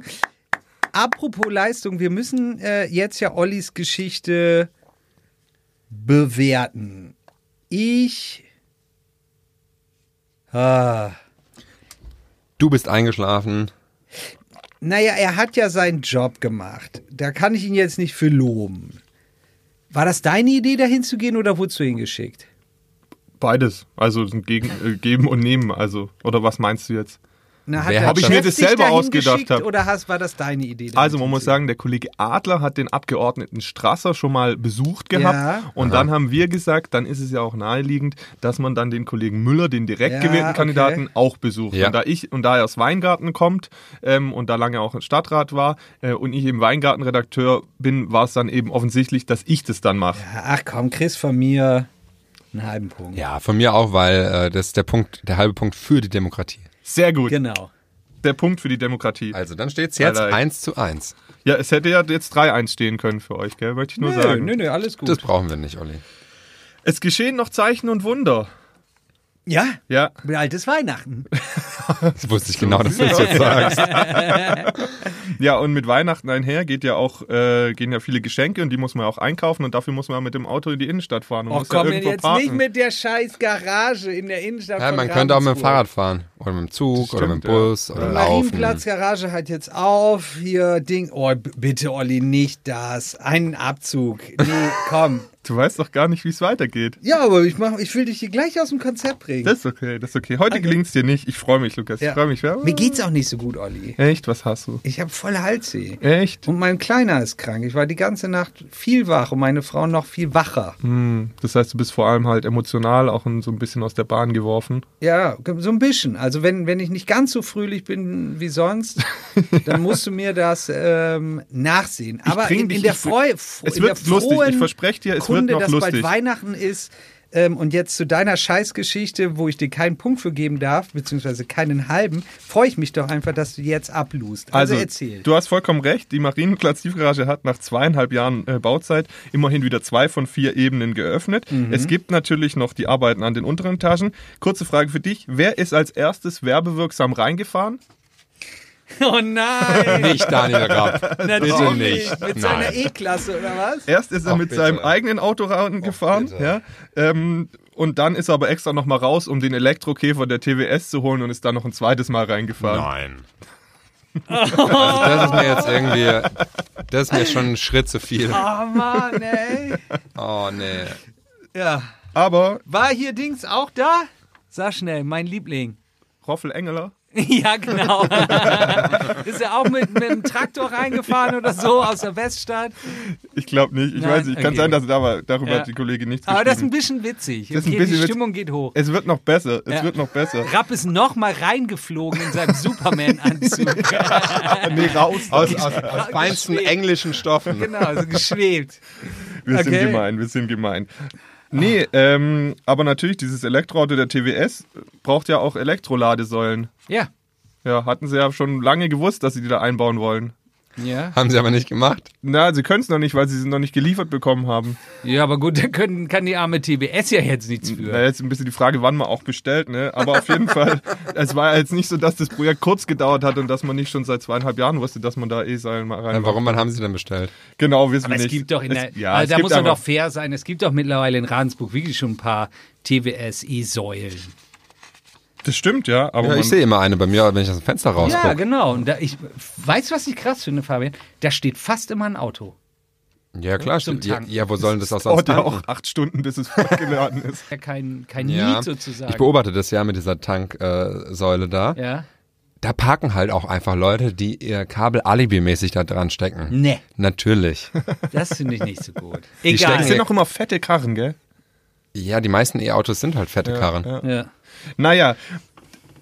[SPEAKER 1] Apropos Leistung, wir müssen äh, jetzt ja Ollis Geschichte bewerten. Ich. Ah.
[SPEAKER 3] Du bist eingeschlafen.
[SPEAKER 1] Naja, er hat ja seinen Job gemacht. Da kann ich ihn jetzt nicht für loben. War das deine Idee, dahin zu gehen oder wurdest du hingeschickt?
[SPEAKER 2] Beides. Also ein Gegen, äh, Geben und Nehmen. Also, oder was meinst du jetzt?
[SPEAKER 1] Na,
[SPEAKER 3] Wer
[SPEAKER 1] der
[SPEAKER 3] hat- Ob ich
[SPEAKER 1] Chef
[SPEAKER 2] mir das
[SPEAKER 1] dich
[SPEAKER 2] selber
[SPEAKER 1] dahin
[SPEAKER 2] ausgedacht
[SPEAKER 1] geschickt
[SPEAKER 2] hab?
[SPEAKER 1] Oder hast, war das deine Idee?
[SPEAKER 2] Also man
[SPEAKER 1] dahin
[SPEAKER 2] muss
[SPEAKER 1] zu gehen?
[SPEAKER 2] sagen, der Kollege Adler hat den Abgeordneten Strasser schon mal besucht gehabt
[SPEAKER 1] Ja.
[SPEAKER 2] und dann haben wir gesagt, dann ist es ja auch naheliegend, dass man dann den Kollegen Müller, den direkt
[SPEAKER 1] Ja,
[SPEAKER 2] gewählten
[SPEAKER 1] okay.
[SPEAKER 2] Kandidaten, auch besucht.
[SPEAKER 3] Ja.
[SPEAKER 2] Und da ich und da er aus Weingarten kommt ähm, und da lange auch im Stadtrat war äh, und ich eben Weingartenredakteur bin, war es dann eben offensichtlich, dass ich das dann mache.
[SPEAKER 1] Ach komm, Chris von mir einen halben Punkt.
[SPEAKER 3] Ja, von mir auch, weil äh, das ist der Punkt, der halbe Punkt für die Demokratie.
[SPEAKER 2] Sehr gut.
[SPEAKER 1] Genau.
[SPEAKER 2] Der Punkt für die Demokratie.
[SPEAKER 3] Also dann steht's jetzt
[SPEAKER 2] Alter, ich-
[SPEAKER 3] 1 zu 1.
[SPEAKER 2] Ja, es hätte ja jetzt 3-1 stehen können für euch, gell? Möchte ich nur sagen.
[SPEAKER 1] nö, nö, alles gut.
[SPEAKER 3] Das brauchen wir nicht,
[SPEAKER 2] [laughs]
[SPEAKER 3] Olli.
[SPEAKER 2] Es geschehen noch Zeichen und Wunder.
[SPEAKER 1] ja,
[SPEAKER 2] Ja.
[SPEAKER 1] ein altes Weihnachten.
[SPEAKER 3] Das wusste ich genau, dass du es jetzt sagst.
[SPEAKER 2] Ja, und mit Weihnachten einher geht ja auch, äh, gehen ja viele Geschenke und die muss man auch einkaufen und dafür muss man mit dem Auto in die Innenstadt fahren. Und
[SPEAKER 1] Och
[SPEAKER 2] muss ja
[SPEAKER 1] Oh, komm,
[SPEAKER 2] irgendwo
[SPEAKER 1] jetzt
[SPEAKER 2] parken.
[SPEAKER 1] nicht mit der scheiß Garage in der Innenstadt
[SPEAKER 3] Ja,
[SPEAKER 1] von
[SPEAKER 3] man könnte auch mit dem
[SPEAKER 1] Ravensburg.
[SPEAKER 3] Fahrrad fahren. Oder mit dem Zug
[SPEAKER 2] Das
[SPEAKER 3] oder mit dem
[SPEAKER 2] stimmt, ja.
[SPEAKER 3] Bus oder
[SPEAKER 1] Marienplatz
[SPEAKER 3] [laughs] laufen.
[SPEAKER 1] Garage halt jetzt auf. Hier Ding. Oh, b- bitte Olli, nicht das. Einen Abzug.
[SPEAKER 2] [laughs]
[SPEAKER 1] Nee, komm.
[SPEAKER 2] Du weißt doch gar nicht, wie es weitergeht.
[SPEAKER 1] Ja, aber ich, mach, ich will dich hier gleich aus dem Konzept bringen.
[SPEAKER 2] Das ist okay, das ist okay. Heute gelingt es dir nicht. Ich freue mich, Lukas.
[SPEAKER 1] Ja.
[SPEAKER 2] Ich freue mich. Ja.
[SPEAKER 1] Mir geht's auch nicht so gut, Olli.
[SPEAKER 2] Echt? Was hast du?
[SPEAKER 1] Ich habe voll Halsweh.
[SPEAKER 2] Echt?
[SPEAKER 1] Und mein Kleiner ist krank. Ich war die ganze Nacht viel wach und meine Frau noch viel wacher.
[SPEAKER 2] Hm, Das heißt, du bist vor allem halt emotional auch in- so ein bisschen aus der Bahn geworfen.
[SPEAKER 1] Ja, so ein bisschen. Also wenn, wenn ich nicht ganz so fröhlich bin wie sonst, dann musst du mir das ähm, nachsehen. Aber
[SPEAKER 2] bring
[SPEAKER 1] in,
[SPEAKER 2] dich-
[SPEAKER 1] in der
[SPEAKER 2] ich bring-
[SPEAKER 1] Freude,
[SPEAKER 2] Es wird lustig. Ich verspreche dir, es
[SPEAKER 1] Kunde,
[SPEAKER 2] wird noch
[SPEAKER 1] dass
[SPEAKER 2] lustig.
[SPEAKER 1] bald Weihnachten ist, Ähm, und jetzt zu deiner Scheißgeschichte, wo ich dir keinen Punkt für geben darf, beziehungsweise keinen halben, freue ich mich doch einfach, dass du jetzt ablust. Also, erzähl.
[SPEAKER 2] Du hast vollkommen recht. Die Marienplatz-Tiefgarage hat nach zweieinhalb Jahren äh, Bauzeit immerhin wieder zwei von vier Ebenen geöffnet.
[SPEAKER 1] Mhm.
[SPEAKER 2] Es gibt natürlich noch die Arbeiten an den unteren Etagen. Kurze Frage für dich. Wer ist als erstes werbewirksam reingefahren?
[SPEAKER 1] [laughs] Oh
[SPEAKER 2] [laughs]
[SPEAKER 1] nein!
[SPEAKER 3] Nicht Daniel Rapp. Bitte
[SPEAKER 1] Natürlich.
[SPEAKER 3] nicht.
[SPEAKER 1] Mit seiner
[SPEAKER 3] Nein.
[SPEAKER 1] E-Klasse oder was?
[SPEAKER 2] Erst ist er
[SPEAKER 3] Ach,
[SPEAKER 2] mit
[SPEAKER 3] bitte.
[SPEAKER 2] seinem eigenen Auto rangefahren.
[SPEAKER 3] bitte.
[SPEAKER 2] Ja, ähm, und dann ist er aber extra nochmal raus, um den Elektrokäfer der TWS zu holen und ist dann noch ein zweites Mal
[SPEAKER 1] E-
[SPEAKER 2] reingefahren.
[SPEAKER 3] Nein. Also das ist
[SPEAKER 1] [laughs]
[SPEAKER 3] mir jetzt irgendwie, das ist mir schon ein Schritt zu viel.
[SPEAKER 1] Oh Mann, ey.
[SPEAKER 3] Oh nee.
[SPEAKER 1] Ja.
[SPEAKER 2] Aber
[SPEAKER 1] War hier Dings auch da? Sag schnell, mein Liebling. [laughs]
[SPEAKER 2] Roffel Engeler
[SPEAKER 1] Ja, genau. [laughs] Ist er auch mit, mit einem Traktor reingefahren oder so aus der Weststadt?
[SPEAKER 2] Ich glaube nicht. Ich
[SPEAKER 1] Nein?
[SPEAKER 2] weiß nicht. Kann
[SPEAKER 1] Okay.
[SPEAKER 2] sein, dass er da war. Darüber
[SPEAKER 1] Ja.
[SPEAKER 2] hat die Kollegin nichts
[SPEAKER 1] Aber das ist ein
[SPEAKER 2] geschrieben.
[SPEAKER 1] bisschen witzig.
[SPEAKER 2] Das ist ein
[SPEAKER 1] okay,
[SPEAKER 2] bisschen
[SPEAKER 1] die
[SPEAKER 2] witzig.
[SPEAKER 1] Stimmung geht hoch.
[SPEAKER 2] Es wird noch besser. Es
[SPEAKER 1] Ja.
[SPEAKER 2] wird noch besser.
[SPEAKER 1] Rapp ist nochmal reingeflogen in seinem
[SPEAKER 2] [laughs]
[SPEAKER 1] Superman-Anzug. [laughs]
[SPEAKER 2] nee, raus.
[SPEAKER 3] Aus, aus, aus feinsten
[SPEAKER 1] Geschwebt.
[SPEAKER 3] englischen Stoffen.
[SPEAKER 1] Genau, so geschwebt.
[SPEAKER 2] Wir sind
[SPEAKER 1] Okay.
[SPEAKER 2] gemein, wir sind gemein. Nee, ähm, aber natürlich, dieses Elektroauto der TWS braucht ja auch Elektroladesäulen.
[SPEAKER 1] Ja.
[SPEAKER 2] Ja, hatten sie ja schon lange gewusst, dass sie die da einbauen wollen.
[SPEAKER 1] Ja.
[SPEAKER 3] Haben sie aber nicht gemacht.
[SPEAKER 2] Na, sie können es noch nicht, weil sie sie noch nicht geliefert bekommen haben.
[SPEAKER 1] ja, aber gut, da können, kann die arme TBS ja jetzt nichts
[SPEAKER 2] Na,
[SPEAKER 1] für.
[SPEAKER 2] jetzt ein bisschen die Frage, wann man auch bestellt, ne? Aber auf jeden
[SPEAKER 3] [laughs]
[SPEAKER 2] Fall, es war ja jetzt nicht so, dass das Projekt kurz gedauert hat und dass man nicht schon seit zweieinhalb Jahren wusste, dass man da eh sein mal rein.
[SPEAKER 3] Dann Äh, warum, wann haben sie denn bestellt?
[SPEAKER 2] Genau, wissen
[SPEAKER 1] Aber
[SPEAKER 2] wir nicht.
[SPEAKER 1] es gibt doch in der,
[SPEAKER 2] Es- ja,
[SPEAKER 1] also
[SPEAKER 2] es
[SPEAKER 1] da
[SPEAKER 2] gibt
[SPEAKER 1] muss man
[SPEAKER 2] einfach-
[SPEAKER 1] doch fair sein. Es gibt doch mittlerweile in Ravensburg wirklich schon ein paar TWS-E-Säulen.
[SPEAKER 2] Das stimmt, ja. Aber
[SPEAKER 3] Ja, ich
[SPEAKER 2] man,
[SPEAKER 3] sehe immer eine bei mir, wenn ich aus dem Fenster rausgucke.
[SPEAKER 1] Ja, genau. Und da, ich weiß, was ich krass finde, Fabian. Da steht fast immer ein Auto.
[SPEAKER 3] Ja, klar.
[SPEAKER 1] Zum
[SPEAKER 3] stimmt. Ja,
[SPEAKER 1] Tanken.
[SPEAKER 3] ja, wo sollen das auch sonst
[SPEAKER 2] dauert ja
[SPEAKER 3] tanken?
[SPEAKER 2] auch acht Stunden, bis es
[SPEAKER 3] [laughs]
[SPEAKER 2] vollgeladen ist.
[SPEAKER 1] Ja, kein, kein
[SPEAKER 3] Ja.
[SPEAKER 1] Need sozusagen.
[SPEAKER 3] Ich beobachte das ja mit dieser Tanksäule äh, Säule da.
[SPEAKER 1] ja.
[SPEAKER 3] Da parken halt auch einfach Leute, die ihr Kabel alibimäßig da dran stecken.
[SPEAKER 1] Nee,
[SPEAKER 3] Natürlich.
[SPEAKER 1] das finde ich nicht so
[SPEAKER 3] [laughs]
[SPEAKER 1] gut.
[SPEAKER 2] Das
[SPEAKER 1] Egal.
[SPEAKER 2] sind auch immer fette Karren, gell?
[SPEAKER 3] Ja, die meisten E-Autos sind halt fette Karren.
[SPEAKER 1] ja.
[SPEAKER 2] Naja,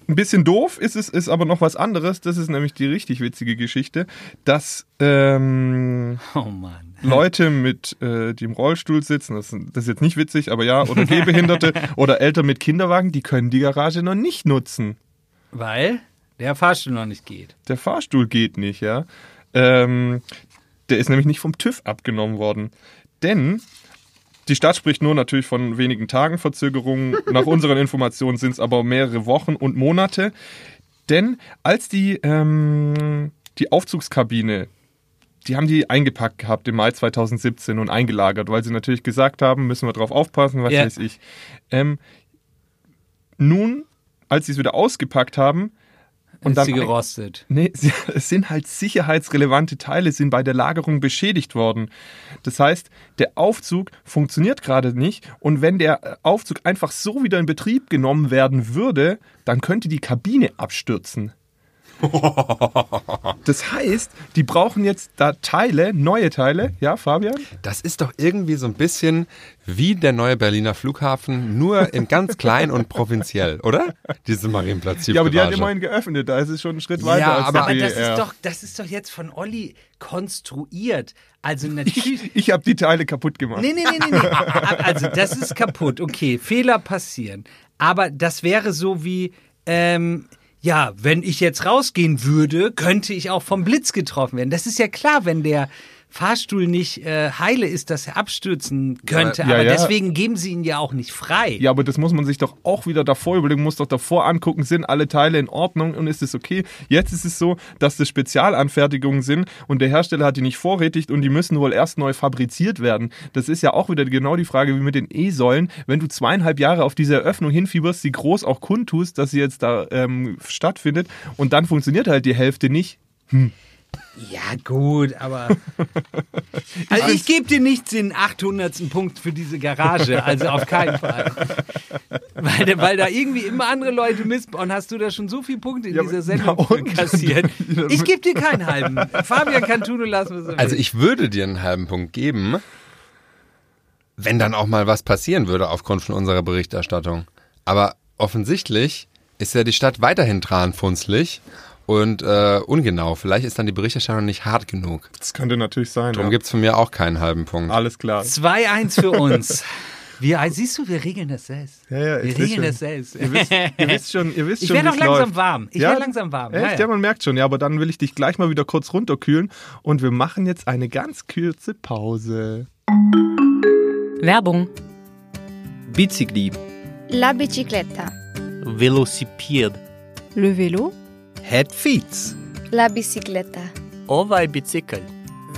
[SPEAKER 2] ein bisschen doof ist es, ist aber noch was anderes. Das ist nämlich die richtig witzige Geschichte, dass ähm,
[SPEAKER 1] Oh Mann.
[SPEAKER 2] Leute mit, äh, die im Rollstuhl sitzen, das, sind- das ist jetzt nicht witzig, aber ja, oder Gehbehinderte oder Eltern mit Kinderwagen, die können die Garage noch nicht nutzen.
[SPEAKER 1] Weil der Fahrstuhl noch nicht geht.
[SPEAKER 2] Der Fahrstuhl geht nicht, ja. Ähm, der ist nämlich nicht vom TÜV abgenommen worden. Denn die Stadt spricht nur natürlich von wenigen Tagen Verzögerung. Nach unseren Informationen sind es aber mehrere Wochen und Monate. Denn als die, ähm, die Aufzugskabine, die haben die eingepackt gehabt im Mai 2017 und eingelagert, weil sie natürlich gesagt haben, müssen wir drauf aufpassen, was
[SPEAKER 1] Ja.
[SPEAKER 2] weiß ich. Ähm, nun, als sie es wieder ausgepackt haben,
[SPEAKER 1] Und ist
[SPEAKER 2] dann
[SPEAKER 1] sie
[SPEAKER 2] ein-
[SPEAKER 1] gerostet.
[SPEAKER 2] Nee, [laughs] sie- es sind halt sicherheitsrelevante Teile, sind bei der Lagerung beschädigt worden. Das heißt, der Aufzug funktioniert gerade nicht und wenn der Aufzug einfach so wieder in Betrieb genommen werden würde, dann könnte die Kabine abstürzen. Das heißt, die brauchen jetzt da Teile, neue Teile, ja, Fabian?
[SPEAKER 3] Das ist doch irgendwie so ein bisschen wie der neue Berliner Flughafen, nur in ganz klein und provinziell, oder? Diese Marienplatz
[SPEAKER 2] Ja, aber die hat immerhin geöffnet, da ist es schon ein Schritt weiter
[SPEAKER 3] Ja,
[SPEAKER 2] als
[SPEAKER 3] aber-
[SPEAKER 1] Aber
[SPEAKER 2] die
[SPEAKER 1] das
[SPEAKER 2] BER.
[SPEAKER 1] ist, doch, das ist doch jetzt von Olli konstruiert.
[SPEAKER 2] [laughs]
[SPEAKER 1] Also natürlich.
[SPEAKER 2] Ich, ich habe die Teile kaputt gemacht.
[SPEAKER 1] Nee, nee, nee,
[SPEAKER 2] [laughs]
[SPEAKER 1] nee, nee. Also das ist kaputt. Okay, Fehler passieren. Aber das wäre so wie, ähm, ja, wenn ich jetzt rausgehen würde, könnte ich auch vom Blitz getroffen werden. Das ist ja klar, wenn der Fahrstuhl nicht äh, heile ist, dass er abstürzen könnte.
[SPEAKER 2] Ja,
[SPEAKER 1] aber
[SPEAKER 2] ja.
[SPEAKER 1] deswegen geben sie ihn ja auch nicht frei.
[SPEAKER 2] Ja, aber das muss man sich doch auch wieder davor überlegen, muss doch davor angucken, sind alle Teile in Ordnung und ist es okay? Jetzt ist es so, dass das Spezialanfertigungen sind und der Hersteller hat die nicht vorrätigt und die müssen wohl erst neu fabriziert werden. Das ist ja auch wieder genau die Frage wie mit den E-Säulen. Wenn du zweieinhalb Jahre auf diese Eröffnung hinfieberst, sie groß auch kundtust, dass sie jetzt da ähm, stattfindet und dann funktioniert halt die Hälfte nicht.
[SPEAKER 1] Ja, gut,
[SPEAKER 2] [laughs]
[SPEAKER 1] aber. Also, ich gebe dir nicht den 800. Punkt für diese Garage. Also, auf keinen Fall. Weil, da- weil da irgendwie immer andere Leute missbauen. Hast du da schon so viele Punkte in
[SPEAKER 2] Ja,
[SPEAKER 1] dieser
[SPEAKER 2] aber-
[SPEAKER 1] Sendung
[SPEAKER 2] na und?
[SPEAKER 1] kassiert?
[SPEAKER 2] [laughs]
[SPEAKER 1] Ich gebe dir keinen halben. Fabian kann tun und lassen, was er will.
[SPEAKER 3] Also ich würde dir einen halben Punkt geben, wenn dann auch mal was passieren würde aufgrund von unserer Berichterstattung. Aber offensichtlich ist ja die Stadt weiterhin tranfunzlig und äh, ungenau. Vielleicht ist dann die Berichterstattung nicht hart genug.
[SPEAKER 2] Das könnte natürlich sein.
[SPEAKER 1] Ah.
[SPEAKER 3] Darum gibt's von mir auch keinen halben Punkt.
[SPEAKER 2] Alles klar.
[SPEAKER 1] 2-1 für uns. Wir, siehst du, wir regeln das selbst.
[SPEAKER 2] Ja, ja, ich
[SPEAKER 1] wir
[SPEAKER 2] weiß
[SPEAKER 1] regeln
[SPEAKER 2] schon.
[SPEAKER 1] das selbst.
[SPEAKER 2] Ihr wisst, ihr wisst schon, ihr wisst
[SPEAKER 1] Ich
[SPEAKER 2] schon,
[SPEAKER 1] werde
[SPEAKER 2] wie
[SPEAKER 1] auch
[SPEAKER 2] es
[SPEAKER 1] langsam
[SPEAKER 2] läuft.
[SPEAKER 1] warm. Ich werde langsam warm.
[SPEAKER 2] Echt?
[SPEAKER 1] Ja,
[SPEAKER 2] Ja,
[SPEAKER 1] ja.
[SPEAKER 2] man merkt schon. Ja, aber dann will ich dich gleich mal wieder kurz runterkühlen. Und wir machen jetzt eine ganz kurze Pause.
[SPEAKER 4] Werbung.
[SPEAKER 5] Bicicli,
[SPEAKER 6] La bicicletta,
[SPEAKER 5] Velocipied,
[SPEAKER 7] Le vélo,
[SPEAKER 5] Headfeeds,
[SPEAKER 6] la bicicletta,
[SPEAKER 5] Ovaj Bicycle,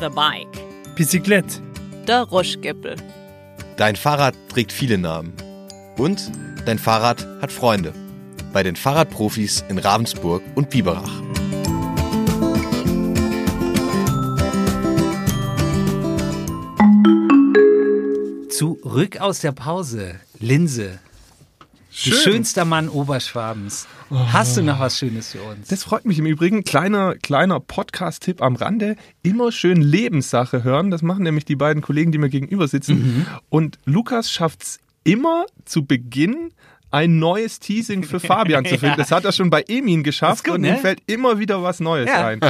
[SPEAKER 4] The Bike.
[SPEAKER 5] Bicyclette.
[SPEAKER 4] Der Roschgeppel.
[SPEAKER 8] Dein Fahrrad trägt viele Namen. Und dein Fahrrad hat Freunde. Bei den Fahrradprofis in Ravensburg und Biberach.
[SPEAKER 1] Zurück aus der Pause. Linse. Du schönster Mann Oberschwabens.
[SPEAKER 2] Oh.
[SPEAKER 1] Hast du noch was Schönes für uns?
[SPEAKER 2] Das freut mich im Übrigen. Kleiner, kleiner Podcast-Tipp am Rande. Immer schön Lebenssache hören. Das machen nämlich die beiden Kollegen, die mir gegenüber sitzen.
[SPEAKER 1] Mhm.
[SPEAKER 2] Und Lukas schafft es immer zu Beginn ein neues Teasing für
[SPEAKER 1] [laughs]
[SPEAKER 2] Fabian zu finden. Das hat er schon bei Emin geschafft
[SPEAKER 1] Ist gut,
[SPEAKER 2] und
[SPEAKER 1] ne?
[SPEAKER 2] ihm fällt immer wieder was Neues
[SPEAKER 1] Ja.
[SPEAKER 2] ein.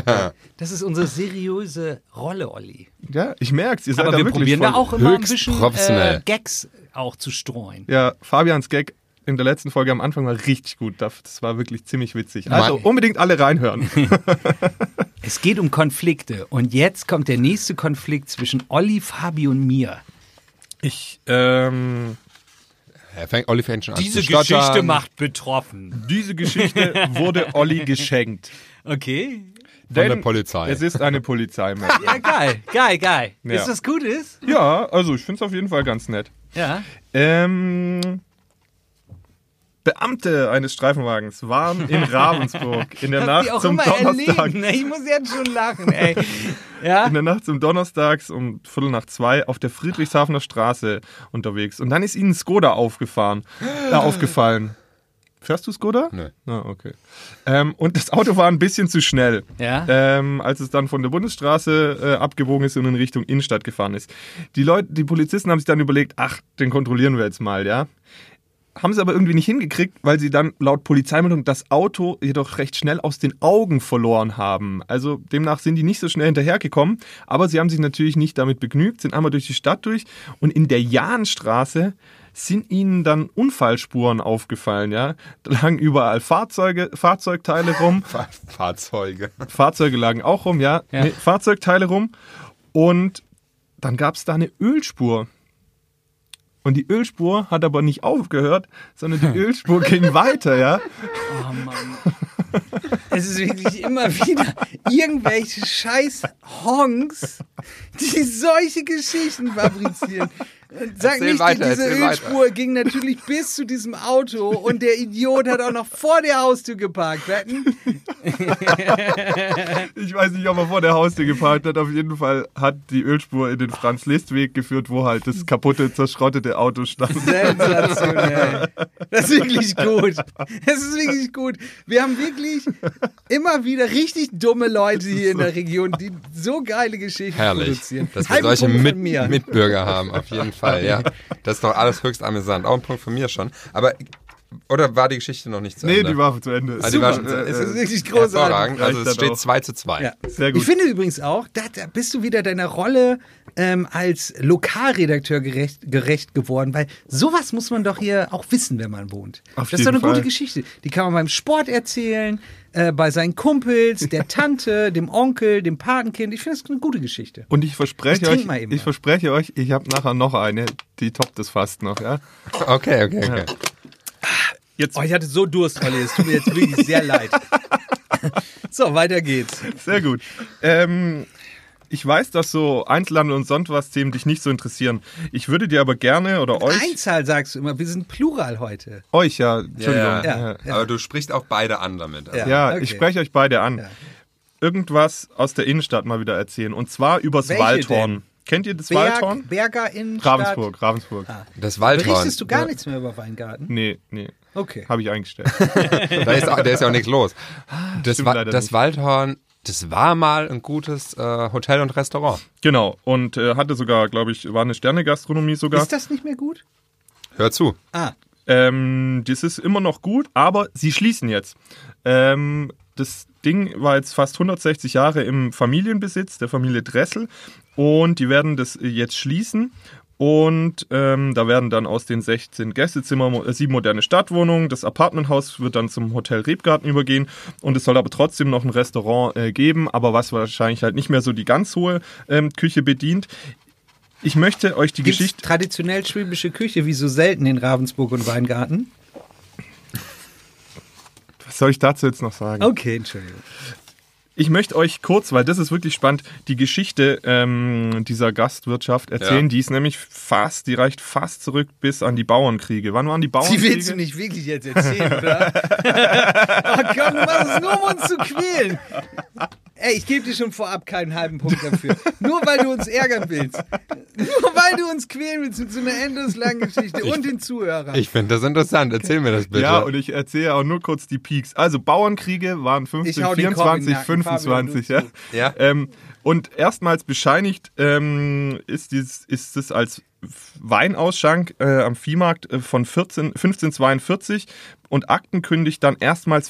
[SPEAKER 1] Das ist unsere seriöse Rolle, Olli.
[SPEAKER 2] Ja, ich merk's, ihr seid
[SPEAKER 1] Aber
[SPEAKER 2] da
[SPEAKER 1] wir
[SPEAKER 2] wirklich
[SPEAKER 1] probieren
[SPEAKER 2] voll.
[SPEAKER 1] da auch immer ein
[SPEAKER 3] höchst
[SPEAKER 1] bisschen äh,
[SPEAKER 3] professionell.
[SPEAKER 1] Gags auch zu streuen.
[SPEAKER 2] Ja, Fabians Gag in der letzten Folge am Anfang war richtig gut. Das war wirklich ziemlich witzig. Also
[SPEAKER 3] Mann.
[SPEAKER 2] unbedingt alle reinhören.
[SPEAKER 1] Es geht um Konflikte. Und jetzt kommt der nächste Konflikt zwischen Olli, Fabi und mir.
[SPEAKER 2] Ich, ähm,
[SPEAKER 3] Er fängt, Olli fängt schon an
[SPEAKER 1] Diese
[SPEAKER 3] zu stottern.
[SPEAKER 1] Geschichte macht betroffen.
[SPEAKER 2] diese Geschichte wurde Olli geschenkt.
[SPEAKER 1] Okay.
[SPEAKER 2] Von
[SPEAKER 3] der Polizei.
[SPEAKER 2] Es ist eine Polizeimeldung.
[SPEAKER 1] Ja, geil, geil, geil.
[SPEAKER 2] Ja.
[SPEAKER 1] Ist das gut ist?
[SPEAKER 2] ja, also ich finde es auf jeden Fall ganz nett.
[SPEAKER 1] Ja.
[SPEAKER 2] Ähm, Beamte eines Streifenwagens waren in Ravensburg in der
[SPEAKER 1] Hab die
[SPEAKER 2] Nacht
[SPEAKER 1] auch
[SPEAKER 2] zum
[SPEAKER 1] immer
[SPEAKER 2] Donnerstag.
[SPEAKER 1] erleben. ne? [laughs] Ich muss jetzt schon lachen, ey. Ja.
[SPEAKER 2] in der Nacht zum Donnerstags um Viertel nach zwei auf der Friedrichshafener Straße unterwegs. Und dann ist ihnen Skoda aufgefahren, äh, aufgefallen. Fährst du Skoda?
[SPEAKER 3] Nö.
[SPEAKER 2] Ah, okay. Ähm, und das Auto war ein bisschen zu schnell,
[SPEAKER 1] Ja.
[SPEAKER 2] ähm, als es dann von der Bundesstraße äh, abgebogen ist und in Richtung Innenstadt gefahren ist. Die Leute, die Polizisten haben sich dann überlegt, ach, den kontrollieren wir jetzt mal, ja. Haben sie aber irgendwie nicht hingekriegt, weil sie dann laut Polizeimeldung das Auto jedoch recht schnell aus den Augen verloren haben. Also demnach sind die nicht so schnell hinterhergekommen, aber sie haben sich natürlich nicht damit begnügt, sind einmal durch die Stadt durch und in der Jahnstraße sind ihnen dann Unfallspuren aufgefallen, ja. Da lagen überall Fahrzeuge, Fahrzeugteile rum,
[SPEAKER 3] Fahr- Fahrzeuge.
[SPEAKER 2] Fahrzeuge lagen auch rum, ja.
[SPEAKER 1] Ja.
[SPEAKER 2] Nee, Fahrzeugteile rum. Und dann gab es da eine Ölspur. Und die Ölspur hat aber nicht aufgehört, sondern die Ölspur ging weiter, ja.
[SPEAKER 1] Oh Mann. Es ist wirklich immer wieder irgendwelche scheiß Honks, die solche Geschichten fabrizieren. Und Sag
[SPEAKER 3] Erzähl
[SPEAKER 1] nicht,
[SPEAKER 3] weiter,
[SPEAKER 1] die, diese
[SPEAKER 3] erzähl weiter.
[SPEAKER 1] Ölspur ging natürlich bis zu diesem Auto und der Idiot hat auch noch vor der Haustür geparkt. Hm? Wetten?
[SPEAKER 2] Ich weiß nicht, ob er vor der Haustür geparkt hat. Auf jeden Fall hat die Ölspur in den Franz-List-Weg geführt, wo halt das kaputte, zerschrottete Auto stand.
[SPEAKER 1] Sensationell. Das ist wirklich gut. Das ist wirklich gut. Wir haben wirklich immer wieder richtig dumme Leute hier in der Region, die so geile Geschichten
[SPEAKER 3] Herrlich,
[SPEAKER 1] produzieren.
[SPEAKER 3] dass wir
[SPEAKER 1] Halben
[SPEAKER 3] solche
[SPEAKER 1] Punkt von
[SPEAKER 3] Mit
[SPEAKER 1] mir.
[SPEAKER 3] Mitbürger haben, auf jeden
[SPEAKER 1] [laughs]
[SPEAKER 3] Fall, ja. Das ist doch alles höchst amüsant. Auch ein Punkt von mir schon. Aber, oder war die Geschichte noch nicht zu
[SPEAKER 2] Nee,
[SPEAKER 3] Ende?
[SPEAKER 2] die war zu Ende.
[SPEAKER 3] Also die war schon zu-
[SPEAKER 2] Äh,
[SPEAKER 1] Es ist
[SPEAKER 2] äh,
[SPEAKER 1] wirklich großartig.
[SPEAKER 3] hervorragend. Also
[SPEAKER 2] Reicht
[SPEAKER 3] es
[SPEAKER 2] dann auch.
[SPEAKER 3] steht 2 zu 2.
[SPEAKER 1] Ja.
[SPEAKER 2] Sehr gut.
[SPEAKER 1] Ich finde übrigens auch, da, da bist du wieder deiner Rolle ähm, als Lokalredakteur gerecht, gerecht geworden, weil sowas muss man doch hier auch wissen, wenn man wohnt.
[SPEAKER 2] Auf
[SPEAKER 1] das ist doch
[SPEAKER 2] jeden
[SPEAKER 1] eine
[SPEAKER 2] Fall.
[SPEAKER 1] gute Geschichte. Die kann man beim Sport erzählen, äh, bei seinen Kumpels, der Tante, [laughs] dem Onkel, dem Patenkind. Ich finde das ist eine gute Geschichte.
[SPEAKER 2] Und ich
[SPEAKER 1] Ich
[SPEAKER 2] verspreche
[SPEAKER 1] trink
[SPEAKER 2] euch,
[SPEAKER 1] mal eben
[SPEAKER 2] ich
[SPEAKER 1] was.
[SPEAKER 2] verspreche euch, ich habe nachher noch eine, die toppt es fast noch, ja.
[SPEAKER 3] Okay, okay, okay.
[SPEAKER 1] Oh, ich hatte so Durst, Olli. Es tut mir jetzt wirklich sehr leid. [laughs] So, weiter geht's.
[SPEAKER 2] Sehr gut. Ähm, ich weiß, dass so Einzelhandel und Sonntwas-Themen dich nicht so interessieren. Ich würde dir aber gerne oder euch,
[SPEAKER 1] Einzahl sagst du immer. Wir sind Plural heute.
[SPEAKER 2] euch ja, Entschuldigung.
[SPEAKER 3] Ja,
[SPEAKER 1] ja. Ja.
[SPEAKER 3] Aber du sprichst auch beide an damit. Also,
[SPEAKER 2] Ja,
[SPEAKER 1] Okay.
[SPEAKER 2] ich spreche euch beide an.
[SPEAKER 1] Ja.
[SPEAKER 2] Irgendwas aus der Innenstadt mal wieder erzählen. Und zwar übers
[SPEAKER 1] Welche
[SPEAKER 2] Waldhorn.
[SPEAKER 1] denn?
[SPEAKER 2] Kennt ihr das Waldhorn?
[SPEAKER 1] Berg, Ah. Berger in
[SPEAKER 2] Ravensburg, Ravensburg.
[SPEAKER 3] Das Waldhorn.
[SPEAKER 1] Berichtest du gar nichts mehr über Weingarten?
[SPEAKER 2] Nee, nee.
[SPEAKER 1] Okay.
[SPEAKER 2] Habe ich eingestellt. [laughs]
[SPEAKER 3] Da ist, auch, da ist ja auch nichts los. Das,
[SPEAKER 2] Stimmt
[SPEAKER 3] Wa
[SPEAKER 2] leider
[SPEAKER 3] das
[SPEAKER 2] nicht.
[SPEAKER 3] Waldhorn, das war mal ein gutes äh, Hotel und Restaurant.
[SPEAKER 2] genau. Und äh, hatte sogar, glaube ich, war eine Sterne-Gastronomie sogar.
[SPEAKER 1] Ist das nicht mehr gut?
[SPEAKER 3] Hör zu.
[SPEAKER 1] Ah,
[SPEAKER 2] Ähm, das ist immer noch gut, aber sie schließen jetzt. Ähm, das Ding war jetzt fast 160 Jahre im Familienbesitz der Familie Dressel und die werden das jetzt äh, schließen. Und ähm, da werden dann aus den 16 Gästezimmern mo- äh, sieben moderne Stadtwohnungen. Das Apartmenthaus wird dann zum Hotel Rebgarten übergehen. Und es soll aber trotzdem noch ein Restaurant äh, geben, aber was wahrscheinlich halt nicht mehr so die ganz hohe ähm, Küche bedient. Ich möchte euch die
[SPEAKER 1] Gibt's
[SPEAKER 2] Geschichte.
[SPEAKER 1] traditionell schwäbische Küche wie so selten in Ravensburg und Weingarten?
[SPEAKER 2] Was soll ich dazu jetzt noch sagen?
[SPEAKER 1] Okay, Entschuldigung.
[SPEAKER 2] Ich möchte euch kurz, weil das ist wirklich spannend, die Geschichte ähm, dieser Gastwirtschaft erzählen.
[SPEAKER 3] Ja.
[SPEAKER 2] Die ist nämlich fast, die reicht fast zurück bis an die Bauernkriege. Wann waren die Bauernkriege?
[SPEAKER 1] Oh, Die willst du nicht wirklich jetzt erzählen, oder? [laughs] oh komm, du machst es nur, um uns zu quälen. Ey, ich gebe dir schon vorab keinen halben Punkt dafür. Nur weil du uns ärgern willst. Nur weil du uns quälen willst mit so einer endlos langen Geschichte und den Zuhörern.
[SPEAKER 3] Ich finde das interessant. Erzähl mir das bitte.
[SPEAKER 2] Ja, und ich erzähle auch nur kurz die Peaks. Also Bauernkriege waren 15,
[SPEAKER 1] Ich hau den Korb in
[SPEAKER 2] 24,
[SPEAKER 1] den Nacken,
[SPEAKER 2] 25. Ja.
[SPEAKER 1] Fabian,
[SPEAKER 3] Ja.
[SPEAKER 2] Ähm, und erstmals bescheinigt ähm, ist, dies, ist es als Weinausschank äh, am Viehmarkt äh, von 14, 1542 und aktenkündig dann erstmals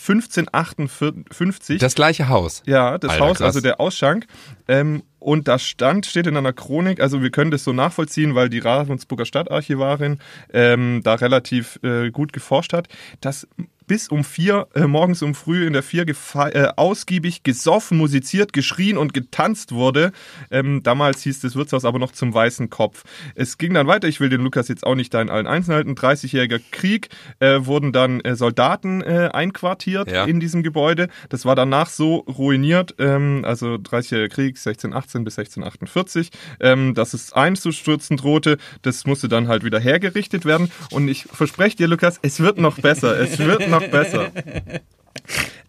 [SPEAKER 2] 1558.
[SPEAKER 3] das gleiche Haus.
[SPEAKER 2] Ja, das
[SPEAKER 3] Alter,
[SPEAKER 2] Haus,
[SPEAKER 3] krass.
[SPEAKER 2] also der Ausschank. Ähm, und da stand, steht in einer Chronik, also wir können das so nachvollziehen, weil die Ravensburger Stadtarchivarin ähm, da relativ äh, gut geforscht hat, dass bis um vier, äh, morgens um früh in der vier gefe- äh, ausgiebig gesoffen, musiziert, geschrien und getanzt wurde. Ähm, damals hieß das Wirtshaus aber noch zum Weißen Kopf. Es ging dann weiter, ich will den Lukas jetzt auch nicht da in allen Einzelheiten, 30-jähriger Krieg, äh, wurden dann äh, Soldaten äh, einquartiert
[SPEAKER 3] Ja.
[SPEAKER 2] in diesem Gebäude. Das war danach so ruiniert, ähm, also 30-jähriger Krieg 1618 bis 1648, ähm, dass es einzustürzen drohte. Das musste dann halt wieder hergerichtet werden. Und ich verspreche dir, Lukas, es wird noch besser. Es wird noch besser.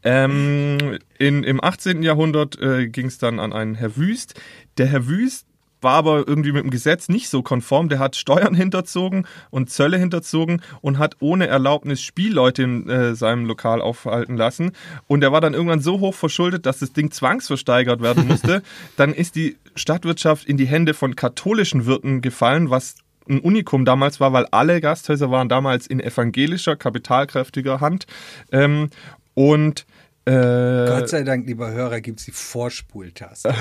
[SPEAKER 2] Ähm, in, Im 18. Jahrhundert äh, ging es dann an einen Herr Wüst. Der Herr Wüst war aber irgendwie mit dem Gesetz nicht so konform. Der hat Steuern [laughs] hinterzogen und Zölle hinterzogen und hat ohne Erlaubnis Spielleute in äh, seinem Lokal aufhalten lassen. Und er war dann irgendwann so hoch verschuldet, dass das Ding zwangsversteigert werden musste. dann ist die Stadtwirtschaft in die Hände von katholischen Wirten gefallen, was ein Unikum damals war, weil alle Gasthäuser waren damals in evangelischer, kapitalkräftiger Hand. Ähm, und äh,
[SPEAKER 1] Gott sei Dank, lieber Hörer, gibt es die Vorspultaste.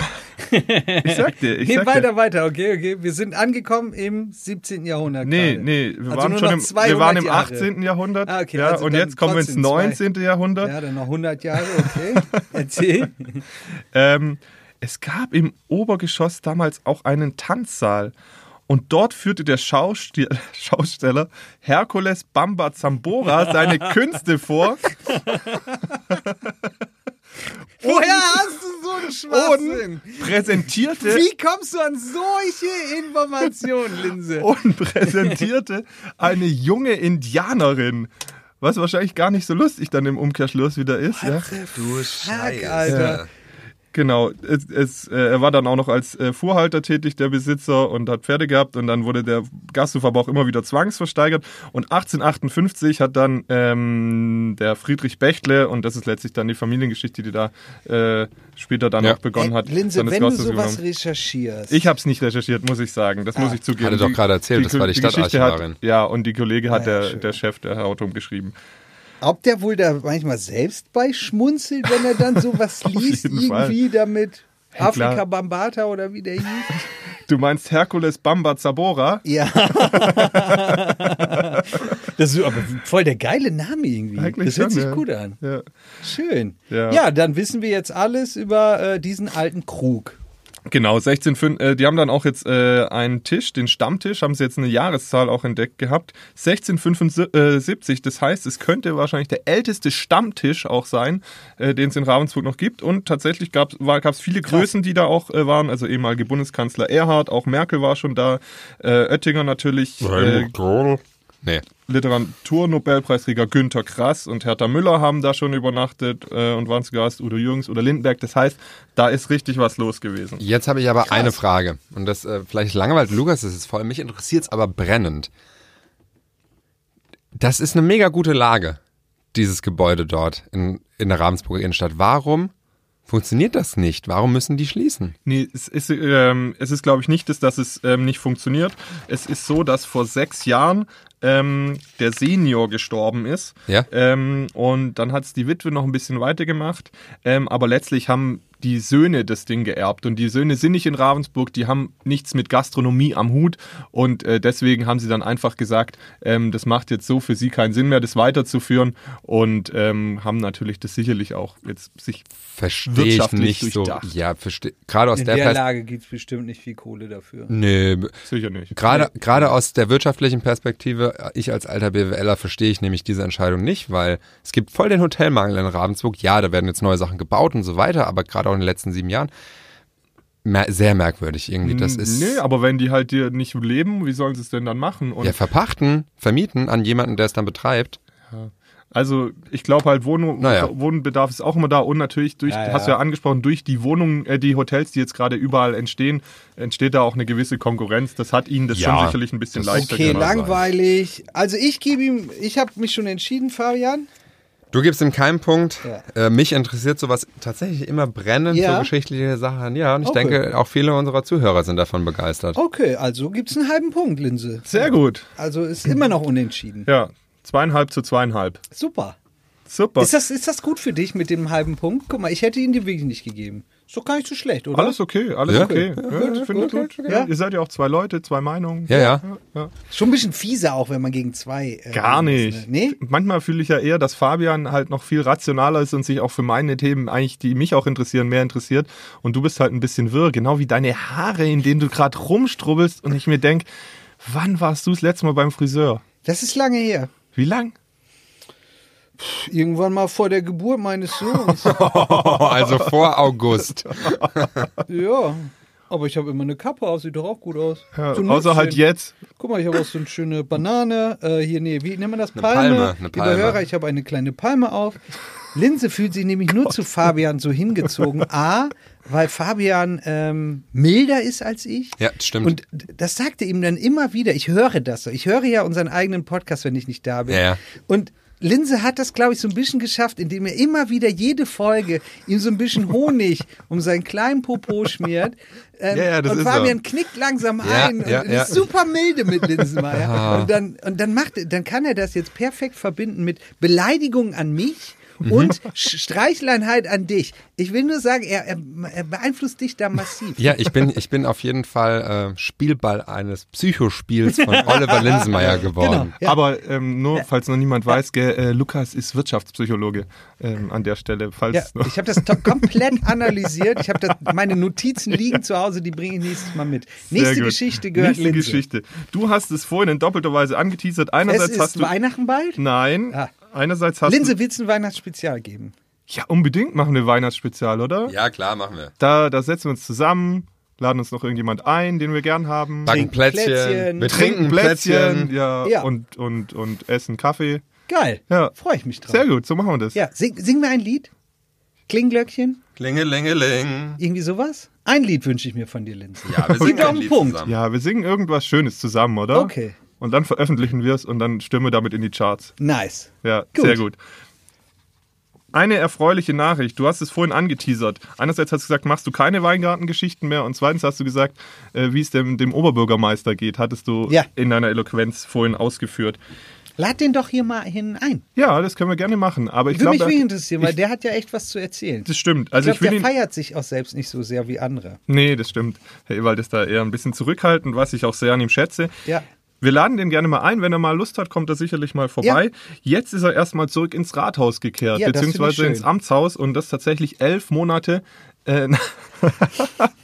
[SPEAKER 2] ich sag dir, ich
[SPEAKER 1] Nee,
[SPEAKER 2] sag dir.
[SPEAKER 1] weiter, weiter, okay, okay. Wir sind angekommen im 17. Jahrhundert.
[SPEAKER 2] Nee,
[SPEAKER 1] gerade.
[SPEAKER 2] nee, wir
[SPEAKER 1] Also
[SPEAKER 2] waren
[SPEAKER 1] nur
[SPEAKER 2] schon
[SPEAKER 1] noch
[SPEAKER 2] im,
[SPEAKER 1] 200
[SPEAKER 2] wir waren im
[SPEAKER 1] Jahre.
[SPEAKER 2] 18. Jahrhundert.
[SPEAKER 1] Ah, okay,
[SPEAKER 2] ja,
[SPEAKER 1] also
[SPEAKER 2] und
[SPEAKER 1] dann
[SPEAKER 2] jetzt kommen wir ins
[SPEAKER 1] trotzdem zwei.
[SPEAKER 2] 19. Jahrhundert.
[SPEAKER 1] Ja, dann noch 100 Jahre,
[SPEAKER 2] [laughs]
[SPEAKER 1] okay. Erzähl.
[SPEAKER 2] Ähm, es gab im Obergeschoss damals auch einen Tanzsaal. Und dort führte der Schausti- [laughs] Schausteller Herkules
[SPEAKER 1] [laughs]
[SPEAKER 2] Bamba Zambora seine Künste vor.
[SPEAKER 1] Woher hast du so einen Schwachsinn?
[SPEAKER 2] [laughs] und präsentierte
[SPEAKER 1] Wie kommst du an solche Informationen, Linse?
[SPEAKER 2] und präsentierte eine junge Indianerin, was wahrscheinlich gar nicht so lustig dann im Umkehrschluss wieder ist. Ja.
[SPEAKER 3] Du
[SPEAKER 1] Fuck, Alter.
[SPEAKER 2] Genau, es, es, äh, er war dann auch noch als äh, Fuhrhalter tätig, der Besitzer, und hat Pferde gehabt und dann wurde der Gasthof aber auch immer wieder zwangsversteigert. Und 1858 hat dann ähm, der Friedrich Bechtle, und das ist letztlich dann die Familiengeschichte, die da äh, später dann
[SPEAKER 3] Ja.
[SPEAKER 2] auch begonnen hat,
[SPEAKER 1] Ey, Linse,
[SPEAKER 2] dann das
[SPEAKER 1] wenn du
[SPEAKER 2] Gasthaus
[SPEAKER 1] sowas
[SPEAKER 2] übernommen.
[SPEAKER 1] recherchierst.
[SPEAKER 2] Ich habe es nicht recherchiert, muss ich sagen. Das
[SPEAKER 1] Ah.
[SPEAKER 2] muss ich zugeben.
[SPEAKER 3] Hatte doch
[SPEAKER 2] Die-
[SPEAKER 3] gerade erzählt, das war die
[SPEAKER 2] Geschichte
[SPEAKER 3] Stadtarchivarin.
[SPEAKER 2] Hat, ja, und die Kollege hat
[SPEAKER 1] Ah ja,
[SPEAKER 2] der,
[SPEAKER 1] schön.
[SPEAKER 2] der Chef der Hautum geschrieben.
[SPEAKER 1] Ob der wohl da manchmal selbst bei schmunzelt, wenn er
[SPEAKER 2] [laughs]
[SPEAKER 1] dann sowas
[SPEAKER 2] Auf
[SPEAKER 1] liest,
[SPEAKER 2] jeden Fall.
[SPEAKER 1] irgendwie damit
[SPEAKER 2] Ja, klar.
[SPEAKER 1] Afrika Bambata oder wie der hieß?
[SPEAKER 2] Du meinst Herkules Bamba Zabora?
[SPEAKER 1] Ja. [laughs] das ist aber voll der geile Name irgendwie.
[SPEAKER 2] Eigentlich
[SPEAKER 1] das hört
[SPEAKER 2] schon,
[SPEAKER 1] sich
[SPEAKER 2] ja.
[SPEAKER 1] gut an.
[SPEAKER 2] Ja.
[SPEAKER 1] Schön.
[SPEAKER 2] Ja.
[SPEAKER 1] Ja. dann wissen wir jetzt alles über äh, diesen alten Krug.
[SPEAKER 2] Genau, 16, fün- äh, die haben dann auch jetzt äh, einen Tisch, den Stammtisch, haben sie jetzt eine Jahreszahl auch entdeckt gehabt. 1675, das heißt, es könnte wahrscheinlich der älteste Stammtisch auch sein, äh, den es in Ravensburg noch gibt. Und tatsächlich gab es viele Größen, die da auch äh, waren, also ehemalige Bundeskanzler Erhard, auch Merkel war schon da, äh, Oettinger natürlich, äh,
[SPEAKER 3] Nee.
[SPEAKER 2] Literaturnobelpreisträger Günther Krass und Hertha Müller haben da schon übernachtet äh, und waren zu Gast, Udo Jürgens oder Lindenberg. Das heißt, da ist richtig was los gewesen.
[SPEAKER 3] Jetzt habe ich aber eine Frage. Und das äh, vielleicht langweilt Lukas ist es voll. Mich interessiert es aber brennend. Das ist eine mega gute Lage, dieses Gebäude dort in, in der Ravensburger Innenstadt. Warum funktioniert das nicht? Warum müssen die schließen?
[SPEAKER 2] Nee, es ist, ähm, es ist glaube ich, nicht, dass, dass es ähm, nicht funktioniert. Es ist so, dass vor sechs Jahren ähm, der Senior gestorben ist.
[SPEAKER 3] Ja.
[SPEAKER 2] Ähm, und dann hat es die Witwe noch ein bisschen weitergemacht. Ähm, aber letztlich haben die Söhne das Ding geerbt. Und die Söhne sind nicht in Ravensburg, die haben nichts mit Gastronomie am Hut. Und äh, deswegen haben sie dann einfach gesagt, ähm, das macht jetzt so für sie keinen Sinn mehr, das weiterzuführen. Und ähm, haben natürlich das sicherlich auch jetzt sich
[SPEAKER 3] Verstehe ich
[SPEAKER 2] wirtschaftlich
[SPEAKER 3] nicht so.
[SPEAKER 2] durchdacht.
[SPEAKER 3] Ja, verstehe. Gerade aus
[SPEAKER 1] In
[SPEAKER 3] der,
[SPEAKER 1] der
[SPEAKER 3] Perspektive.
[SPEAKER 1] Lage gibt es bestimmt nicht viel Kohle dafür.
[SPEAKER 3] Nö,
[SPEAKER 2] sicher nicht.
[SPEAKER 3] Gerade, gerade aus der wirtschaftlichen Perspektive, ich als alter BWLer verstehe ich nämlich diese Entscheidung nicht, weil es gibt voll den Hotelmangel in Ravensburg. Ja, da werden jetzt neue Sachen gebaut und so weiter, aber gerade auch in den letzten sieben Jahren mer sehr merkwürdig irgendwie. Das ist
[SPEAKER 2] Nee, aber wenn die halt dir nicht leben, wie sollen sie es denn dann machen? Und
[SPEAKER 3] ja verpachten, vermieten an jemanden, der es dann betreibt.
[SPEAKER 2] Also ich glaube halt Wohn
[SPEAKER 3] Naja.
[SPEAKER 2] Wohnbedarf ist auch immer da und natürlich durch,
[SPEAKER 1] Ja, ja.
[SPEAKER 2] hast du ja angesprochen, durch die Wohnungen, äh, die Hotels, die jetzt gerade überall entstehen, entsteht da auch eine gewisse Konkurrenz. Das hat ihnen das
[SPEAKER 3] Ja,
[SPEAKER 2] schon sicherlich ein bisschen
[SPEAKER 3] das-
[SPEAKER 2] leichter
[SPEAKER 1] Okay,
[SPEAKER 2] gemacht.
[SPEAKER 1] langweilig. Also ich gebe ihm, ich habe mich schon entschieden, Fabian.
[SPEAKER 3] Du gibst ihm keinen Punkt.
[SPEAKER 1] Ja.
[SPEAKER 3] Äh, mich interessiert sowas tatsächlich immer brennend
[SPEAKER 1] Ja.
[SPEAKER 3] so geschichtliche Sachen. Ja, und ich
[SPEAKER 1] Okay.
[SPEAKER 3] denke, auch viele unserer Zuhörer sind davon begeistert.
[SPEAKER 1] Okay, also gibt es einen halben Punkt, Linse.
[SPEAKER 2] Sehr gut.
[SPEAKER 1] Also ist immer noch unentschieden.
[SPEAKER 2] Ja, zweieinhalb zu zweieinhalb.
[SPEAKER 1] Super.
[SPEAKER 2] Super.
[SPEAKER 1] Ist das, ist das gut für dich mit dem halben Punkt? Guck mal, ich hätte ihn dir wirklich nicht gegeben. Ist doch gar nicht so schlecht, oder?
[SPEAKER 2] alles okay, alles
[SPEAKER 3] Ja.
[SPEAKER 2] okay.
[SPEAKER 3] Ja,
[SPEAKER 2] Ja, ich finde ich gut.
[SPEAKER 1] Ja.
[SPEAKER 2] Ihr seid ja auch zwei Leute, zwei Meinungen.
[SPEAKER 3] Ja, ja.
[SPEAKER 2] ja.
[SPEAKER 1] Schon ein bisschen fieser auch, wenn man gegen zwei. äh,
[SPEAKER 2] Gar
[SPEAKER 1] ist,
[SPEAKER 2] nicht.
[SPEAKER 1] Ne? Nee?
[SPEAKER 2] Manchmal fühle ich ja eher, dass Fabian halt noch viel rationaler ist und sich auch für meine Themen eigentlich, die mich auch interessieren, mehr interessiert. Und du bist halt ein bisschen wirr, genau wie deine Haare, in denen du gerade rumstrubbelst und ich mir denke, wann warst du das letzte Mal beim Friseur?
[SPEAKER 1] Das ist lange her.
[SPEAKER 2] Wie lang?
[SPEAKER 1] Irgendwann mal vor der Geburt meines
[SPEAKER 2] [laughs]
[SPEAKER 1] Sohnes.
[SPEAKER 3] Oh, also
[SPEAKER 1] [laughs]
[SPEAKER 3] vor August.
[SPEAKER 1] ja. Aber ich habe immer eine Kappe auf, sieht doch auch gut aus.
[SPEAKER 2] Ja,
[SPEAKER 1] So ein
[SPEAKER 2] außer halt
[SPEAKER 1] Mützchen.
[SPEAKER 2] jetzt.
[SPEAKER 1] Guck mal, ich habe auch so eine schöne Banane. Äh, hier, nee, wie nennt man das? Palme.
[SPEAKER 3] Palme, eine Palme.
[SPEAKER 1] Lieber Hörer, ich habe eine kleine Palme auf. Linse fühlt sich nämlich nur zu Fabian so
[SPEAKER 3] [laughs]
[SPEAKER 1] hingezogen. A, weil Fabian ähm, milder ist als ich.
[SPEAKER 3] Ja, stimmt.
[SPEAKER 1] Und das sagte ihm dann immer wieder. Ich höre das so. Ich höre ja unseren eigenen Podcast, wenn ich nicht da bin.
[SPEAKER 3] Ja, ja.
[SPEAKER 1] Und Linse hat das, glaube ich, so ein bisschen geschafft, indem er immer wieder jede Folge ihm so ein bisschen Honig
[SPEAKER 3] [laughs]
[SPEAKER 1] um seinen kleinen Popo schmiert. Ähm,
[SPEAKER 3] Ja, ja, das
[SPEAKER 1] und
[SPEAKER 3] ist so.
[SPEAKER 1] Fabian knickt langsam
[SPEAKER 3] Ja,
[SPEAKER 1] ein
[SPEAKER 3] ja,
[SPEAKER 1] und
[SPEAKER 3] ja.
[SPEAKER 1] ist super milde mit Linsenmeier. und dann, und dann, macht, dann kann er das jetzt perfekt verbinden mit Beleidigung an mich.
[SPEAKER 2] Mhm.
[SPEAKER 1] Und Sch- Streichleinheit an dich. Ich will nur sagen, er, er, er beeinflusst dich da massiv.
[SPEAKER 3] Ja, ich bin, ich bin auf jeden Fall äh, Spielball eines Psychospiels
[SPEAKER 1] [laughs]
[SPEAKER 3] von Oliver Linsenmeier geworden.
[SPEAKER 2] Aber ähm, nur, falls noch niemand weiß, gell, äh, Lukas ist Wirtschaftspsychologe ähm, an der Stelle. Falls
[SPEAKER 1] Ja, ich habe das to- komplett analysiert. Ich habe das- meine Notizen liegen zu Hause, die bringe ich nächstes Mal mit.
[SPEAKER 2] [laughs] Sehr
[SPEAKER 1] Nächste
[SPEAKER 2] gut.
[SPEAKER 1] Geschichte gehört
[SPEAKER 2] Nächste
[SPEAKER 1] Linse.
[SPEAKER 2] Geschichte. Du hast es vorhin in doppelter Weise angeteasert.
[SPEAKER 1] Es
[SPEAKER 2] Einerseits hast
[SPEAKER 1] ist
[SPEAKER 2] du.
[SPEAKER 1] Weihnachten bald.
[SPEAKER 2] Nein.
[SPEAKER 1] Ah.
[SPEAKER 2] Einerseits hast du.
[SPEAKER 1] Linse, willst du ein Weihnachtsspezial geben?
[SPEAKER 2] Ja, unbedingt machen wir Weihnachtsspezial, oder?
[SPEAKER 3] Genau. Ja, klar, machen wir.
[SPEAKER 2] Da, da setzen wir uns zusammen, laden uns noch irgendjemand ein, den wir gern haben.
[SPEAKER 3] Backen Plätzchen,
[SPEAKER 1] Plätzchen.
[SPEAKER 3] wir trinken Plätzchen.
[SPEAKER 2] Ja,
[SPEAKER 1] Ja.
[SPEAKER 2] Und, und, und essen Kaffee.
[SPEAKER 1] Geil.
[SPEAKER 2] Ja.
[SPEAKER 1] Freue ich mich drauf.
[SPEAKER 2] Sehr gut, so machen wir das.
[SPEAKER 1] Genau. Ja, sing, sing mir ein Lied. Klingglöckchen,
[SPEAKER 3] Klingelingeling.
[SPEAKER 1] irgendwie sowas. Ein Lied wünsche ich mir von dir, Linse. [laughs]
[SPEAKER 3] Ja, wir
[SPEAKER 1] Gib
[SPEAKER 3] singen
[SPEAKER 1] doch
[SPEAKER 3] ein
[SPEAKER 1] einen
[SPEAKER 3] Lied
[SPEAKER 1] Punkt.
[SPEAKER 3] zusammen.
[SPEAKER 2] Ja, wir singen irgendwas Schönes zusammen, oder?
[SPEAKER 1] Okay.
[SPEAKER 2] Und dann veröffentlichen wir es und dann stimmen wir damit in die Charts.
[SPEAKER 1] Nice.
[SPEAKER 2] Ja,
[SPEAKER 1] Gut.
[SPEAKER 2] sehr gut. Eine erfreuliche Nachricht. Du hast es vorhin angeteasert. Einerseits hast du gesagt, machst du keine Weingartengeschichten mehr und zweitens hast du gesagt, äh, wie es dem, dem Oberbürgermeister geht, hattest du
[SPEAKER 1] Ja.
[SPEAKER 2] in deiner Eloquenz vorhin ausgeführt.
[SPEAKER 1] Lad den doch hier mal hin ein.
[SPEAKER 2] Ja, das können wir gerne machen. Aber ich
[SPEAKER 1] Würde
[SPEAKER 2] glaube,
[SPEAKER 1] mich wirklich
[SPEAKER 2] das
[SPEAKER 1] interessieren, weil der hat ja echt was zu erzählen.
[SPEAKER 2] stimmt. Also
[SPEAKER 1] ich
[SPEAKER 2] ich,
[SPEAKER 1] glaube,
[SPEAKER 2] will
[SPEAKER 1] der
[SPEAKER 2] ihn.
[SPEAKER 1] feiert sich auch selbst nicht so sehr wie andere.
[SPEAKER 2] Nee, das stimmt. Herr Ewald ist da eher ein bisschen zurückhaltend, was ich auch sehr an ihm schätze.
[SPEAKER 1] Ja.
[SPEAKER 2] Wir laden den gerne mal ein. Wenn er mal Lust hat, kommt er sicherlich mal vorbei. Jetzt ist er erstmal zurück ins Rathaus gekehrt,
[SPEAKER 1] Ja, das find ich
[SPEAKER 2] beziehungsweise
[SPEAKER 1] schön.
[SPEAKER 2] ins Amtshaus und das tatsächlich elf Monate. Äh, [laughs]